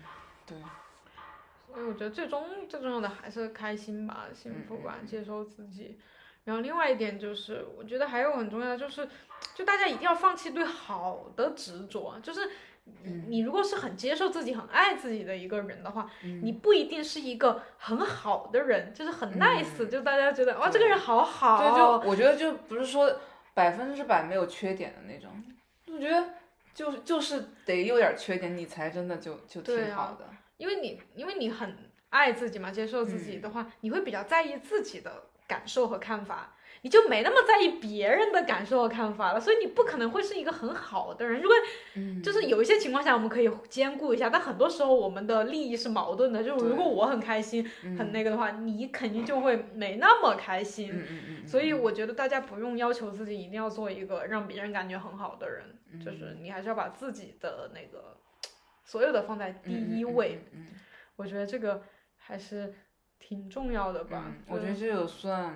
Speaker 1: 所以我觉得最终最重要的还是开心吧，幸福吧，
Speaker 2: 嗯嗯嗯
Speaker 1: 接受自己。然后另外一点就是，我觉得还有很重要的就是，就大家一定要放弃对好的执着。就是你
Speaker 2: 嗯
Speaker 1: 你如果是很接受自己、很爱自己的一个人的话，
Speaker 2: 嗯
Speaker 1: 你不一定是一个很好的人，就是很 nice，、就大家觉得哇这个人好好，啊
Speaker 2: 对，就我觉得就不是说百分之百没有缺点的那种，我觉得就是就是得有点缺点，你才真的就就
Speaker 1: 对
Speaker 2: 挺
Speaker 1: 啊
Speaker 2: 好的。
Speaker 1: 因为你因为你很爱自己嘛，接受自己的
Speaker 2: 嗯
Speaker 1: 话，你会比较在意自己的感受和看法，你就没那么在意别人的感受和看法了，所以你不可能会是一个很好的人。如果
Speaker 2: 嗯
Speaker 1: 就是有一些情况下我们可以兼顾一下，但很多时候我们的利益是矛盾的，就是
Speaker 2: 对
Speaker 1: 如果我很开心、很那个的话，你肯定就会没那么开心。
Speaker 2: 嗯嗯嗯，
Speaker 1: 所以我觉得大家不用要求自己一定要做一个让别人感觉很好的人，
Speaker 2: 嗯
Speaker 1: 就是你还是要把自己的那个所有的放在第一位。，
Speaker 2: 嗯嗯嗯嗯嗯
Speaker 1: 我觉得这个还是挺重要的吧。
Speaker 2: 嗯我觉得这个算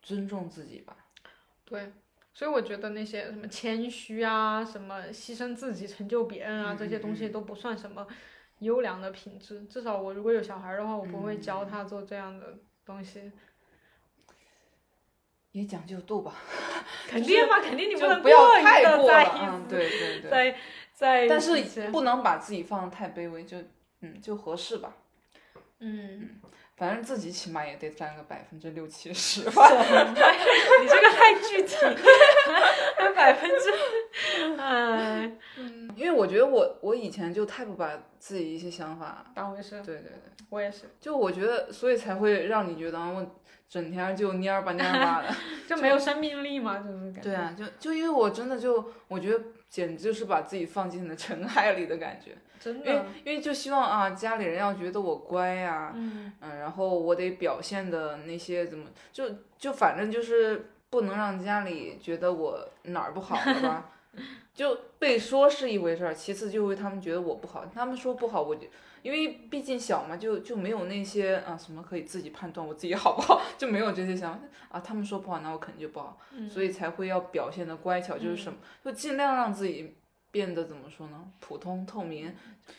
Speaker 2: 尊重自己吧。
Speaker 1: 对，所以我觉得那些什么谦虚啊，什么牺牲自己成就别人啊，
Speaker 2: 嗯
Speaker 1: 这些东西都不算什么优良的品质。至少我如果有小孩的话，我不会
Speaker 2: 嗯
Speaker 1: 教他做这样的东西。
Speaker 2: 也讲究度吧，
Speaker 1: 肯定嘛，肯定你
Speaker 2: 就
Speaker 1: 能
Speaker 2: 不要
Speaker 1: 过于
Speaker 2: 太
Speaker 1: 的
Speaker 2: 过
Speaker 1: 在
Speaker 2: 了，
Speaker 1: 意
Speaker 2: 嗯，对对对，
Speaker 1: 在在，
Speaker 2: 但是不能把自己放得太卑微，就嗯就合适吧。
Speaker 1: 嗯，
Speaker 2: 反正自己起码也得占个百分之六七十吧。
Speaker 1: 你这个太具体， 还百分之，哎，
Speaker 2: 嗯因为我觉得我我以前就太不把自己一些想法，
Speaker 1: 当回事
Speaker 2: 对，对对，
Speaker 1: 我也是，
Speaker 2: 就我觉得，所以才会让你觉得啊我整天就蔫儿吧蔫儿 吧的。
Speaker 1: 就没有生命力嘛，就是感觉。
Speaker 2: 对啊，就就因为我真的就我觉得简直就是把自己放进了尘埃里的感觉，
Speaker 1: 真
Speaker 2: 因为
Speaker 1: 的，
Speaker 2: 因为就希望啊家里人要觉得我乖呀、
Speaker 1: 嗯，
Speaker 2: 嗯，然后我得表现的那些怎么就就反正就是不能让家里觉得我哪儿不好了 吧，就被说是一回事儿，其次就会他们觉得我不好，他们说不好，我就因为毕竟小嘛，就就没有那些啊什么可以自己判断我自己好不好，就没有这些想法啊，他们说不好，那我肯定就不好，
Speaker 1: 嗯
Speaker 2: 所以才会要表现的乖巧，就是什么、就尽量让自己变得怎么说呢，普通透明，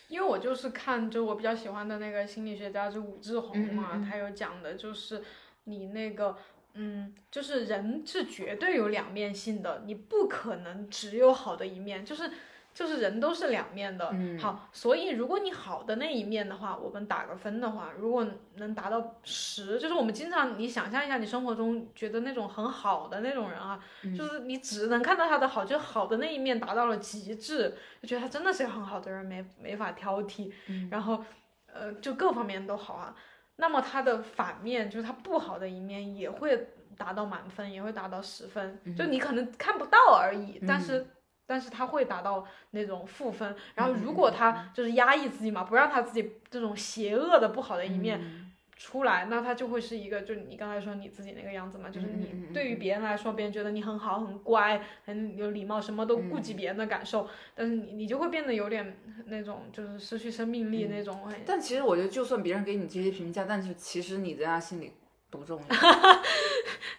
Speaker 1: 因为我就是看，就我比较喜欢的那个心理学家是武志红嘛，
Speaker 2: 嗯嗯嗯
Speaker 1: 他有讲的就是你那个，嗯，就是人是绝对有两面性的，你不可能只有好的一面，就是就是人都是两面的。
Speaker 2: 嗯
Speaker 1: 好，所以如果你好的那一面的话，我们打个分的话，如果能达到十，就是我们经常你想象一下，你生活中觉得那种很好的那种人啊，
Speaker 2: 嗯
Speaker 1: 就是你只能看到他的好，就是好的那一面达到了极致，就觉得他真的是很好的人，没没法挑剔，
Speaker 2: 嗯
Speaker 1: 然后呃，就各方面都好啊。那么他的反面就是他不好的一面也会达到满分，也会达到十分，
Speaker 2: 嗯
Speaker 1: 就你可能看不到而已，但是。但是他会达到那种负分，
Speaker 2: 嗯
Speaker 1: 然后如果他就是压抑自己嘛，不让他自己这种邪恶的不好的一
Speaker 2: 嗯
Speaker 1: 面出来，那他就会是一个，就你刚才说你自己那个样子嘛，就是
Speaker 2: 嗯嗯嗯
Speaker 1: 你
Speaker 2: 嗯
Speaker 1: 对于别人来说，别人觉得你很好、很乖、很有礼貌，什么都顾
Speaker 2: 嗯
Speaker 1: 及别人的感受，但是嗯你你就会变得有点那种，就是失去生命力
Speaker 2: 嗯
Speaker 1: 那种。很
Speaker 2: 但其实我觉得，就算别人给你这些评价，但是其实你在他心里不重要，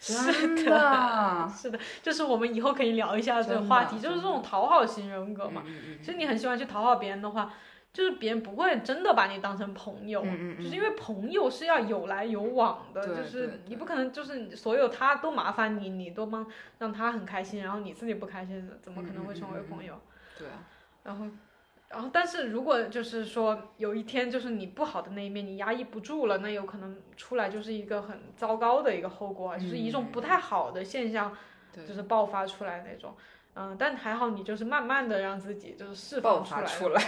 Speaker 2: 真
Speaker 1: 是的， 是的，就是我们以后可以聊一下这个
Speaker 2: 真的
Speaker 1: 话题，就
Speaker 2: 真
Speaker 1: 是这
Speaker 2: 的
Speaker 1: 种讨好型人格嘛。
Speaker 2: 嗯嗯
Speaker 1: 其实你很喜欢去讨好别人的话，就是别人不会真的把你当成朋友，
Speaker 2: 嗯嗯
Speaker 1: 就是因为朋友是要有来有往的，
Speaker 2: 对
Speaker 1: 就是
Speaker 2: 对
Speaker 1: 你不可能就是你所有他都麻烦你，你都帮让他很开心，然后你自己不开心，怎么可能会成为朋友？
Speaker 2: 对啊，
Speaker 1: 然后，然后但是如果就是说有一天就是你不好的那一面你压抑不住了，那有可能出来就是一个很糟糕的一个后果啊，就是一种不太好的现象，
Speaker 2: 嗯对
Speaker 1: 就是爆发出来那种。嗯，但还好你就是慢慢的让自己就是释
Speaker 2: 爆
Speaker 1: 放
Speaker 2: 发
Speaker 1: 来，
Speaker 2: 出来，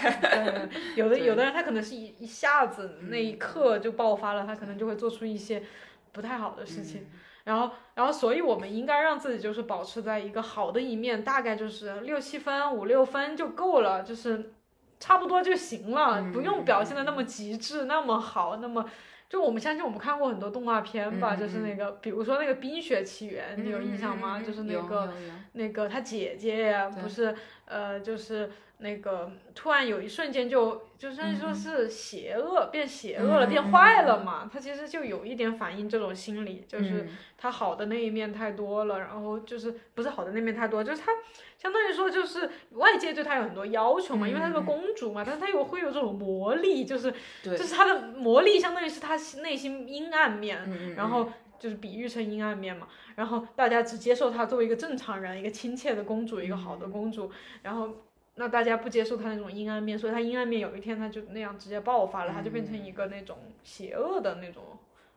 Speaker 1: 对，有的
Speaker 2: 对
Speaker 1: 有的人他可能是一一下子那一刻就爆发了，他可能就会做出一些不太好的事
Speaker 2: 嗯
Speaker 1: 情。然后，然后，所以我们应该让自己就是保持在一个好的一面，大概就是六七分、五六分就够了，就是差不多就行了，不用表现的
Speaker 2: 嗯
Speaker 1: 那么极致、那么好、那么。就我们相信，我们看过很多动画片吧，
Speaker 2: 嗯嗯
Speaker 1: 就是那个，比如说那个《冰雪奇缘》，你有印象吗？
Speaker 2: 嗯嗯嗯
Speaker 1: 就是
Speaker 2: 有
Speaker 1: 那个
Speaker 2: 有有
Speaker 1: 那个他姐姐呀
Speaker 2: 对
Speaker 1: 不是呃，就是那个突然有一瞬间就就相当于说是邪恶、变邪恶了、
Speaker 2: 嗯
Speaker 1: 变坏了嘛。他其实就有一点反映这种心理，就是
Speaker 2: 嗯
Speaker 1: 他好的那一面太多了，然后就是不是好的那面太多，就是他相当于说就是外界对他有很多要求嘛，因为她是个
Speaker 2: 嗯嗯
Speaker 1: 公主嘛，但是她又会有这种魔力，就是
Speaker 2: 对，
Speaker 1: 就是她的魔力相当于是她内心阴暗面，
Speaker 2: 嗯
Speaker 1: 然后就是比喻成阴暗面嘛，然后大家只接受她作为一个正常人，一个亲切的公主，一个好
Speaker 2: 嗯
Speaker 1: 的公主，然后那大家不接受她那种阴暗面，所以她阴暗面有一天她就那样直接爆发了，她就变成一个那种邪恶的那种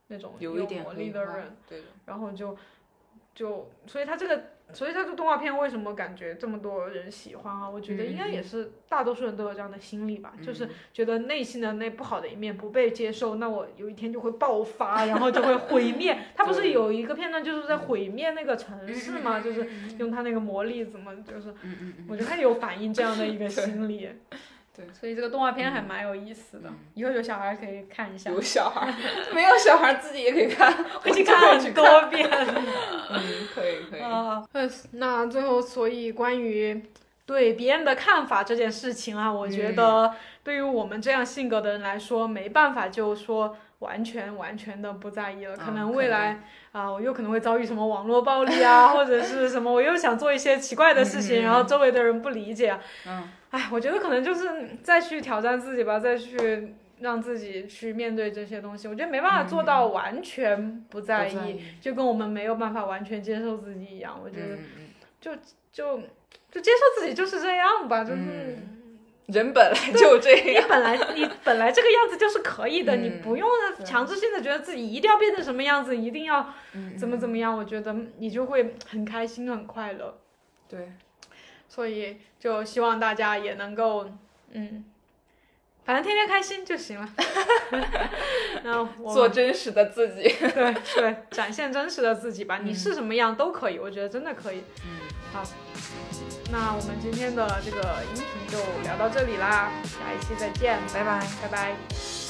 Speaker 1: 那种
Speaker 2: 嗯有一点
Speaker 1: 魔力
Speaker 2: 黑
Speaker 1: 的
Speaker 2: 化
Speaker 1: 人，，
Speaker 2: 对的，
Speaker 1: 然后就就所以她这个。所以她这个动画片为什么感觉这么多人喜欢啊？我觉得应该也是大多数人都有这样的心理吧，就是觉得内心的那不好的一面不被接受，那我有一天就会爆发，然后就会毁 灭。他不是有一个片段就是在毁灭那个城市嘛，嗯就是用他那个魔力怎么就是，
Speaker 2: 嗯嗯嗯，
Speaker 1: 我觉得他有反映这样的一 个心理。嗯
Speaker 2: 对
Speaker 1: 所以这个动画片还蛮有意思的，以后有小孩可以看一下，
Speaker 2: 嗯 有小孩儿， 没有小孩儿自己也可以看，
Speaker 1: 回去
Speaker 2: 我就会
Speaker 1: 看
Speaker 2: 去看，
Speaker 1: 很多遍。
Speaker 2: 嗯，可以可以，
Speaker 1: 啊，呃那最后，所以关于对别人的看法这件事情啊，我觉得对于我们这样性格的人来说，没办法就说完全完全的不在意了。可
Speaker 2: 嗯
Speaker 1: 能
Speaker 2: 可
Speaker 1: 未
Speaker 2: 能
Speaker 1: 来啊，我有可能会遭遇什么网络暴 力啊，或者是什么，我又想做一些奇怪的事情，然后周围的人不理解啊。
Speaker 2: 嗯，
Speaker 1: 哎，我觉得可能就是再去挑战自己吧，再去。让自己去面对这些东西，我觉得没办法做
Speaker 2: 嗯
Speaker 1: 到完全不在意，
Speaker 2: 不在
Speaker 1: 就跟我们没有办法完全接受自己一
Speaker 2: 嗯
Speaker 1: 样。我觉得
Speaker 2: 嗯嗯
Speaker 1: 就就接受自己就是这样吧，就是、
Speaker 2: 嗯人本来就这
Speaker 1: 你
Speaker 2: 样，
Speaker 1: 本来 你本来这个样子就是可以的，
Speaker 2: 嗯
Speaker 1: 你不用
Speaker 2: 对
Speaker 1: 强制性的觉得自己一定要变成什么样子，一定要
Speaker 2: 嗯
Speaker 1: 怎么怎么样。我觉得你就会很开心很快乐，
Speaker 2: 对，
Speaker 1: 所以就希望大家也能够嗯，反正天天开心就 行了。那我
Speaker 2: 做真实的自己。
Speaker 1: 对对，展现真实的自己吧，你
Speaker 2: 嗯
Speaker 1: 是什么样都可以，我觉得真的可以。好，那我们今天的这个音频就聊到这里啦，下一期再见，
Speaker 2: 拜拜。
Speaker 1: 拜拜。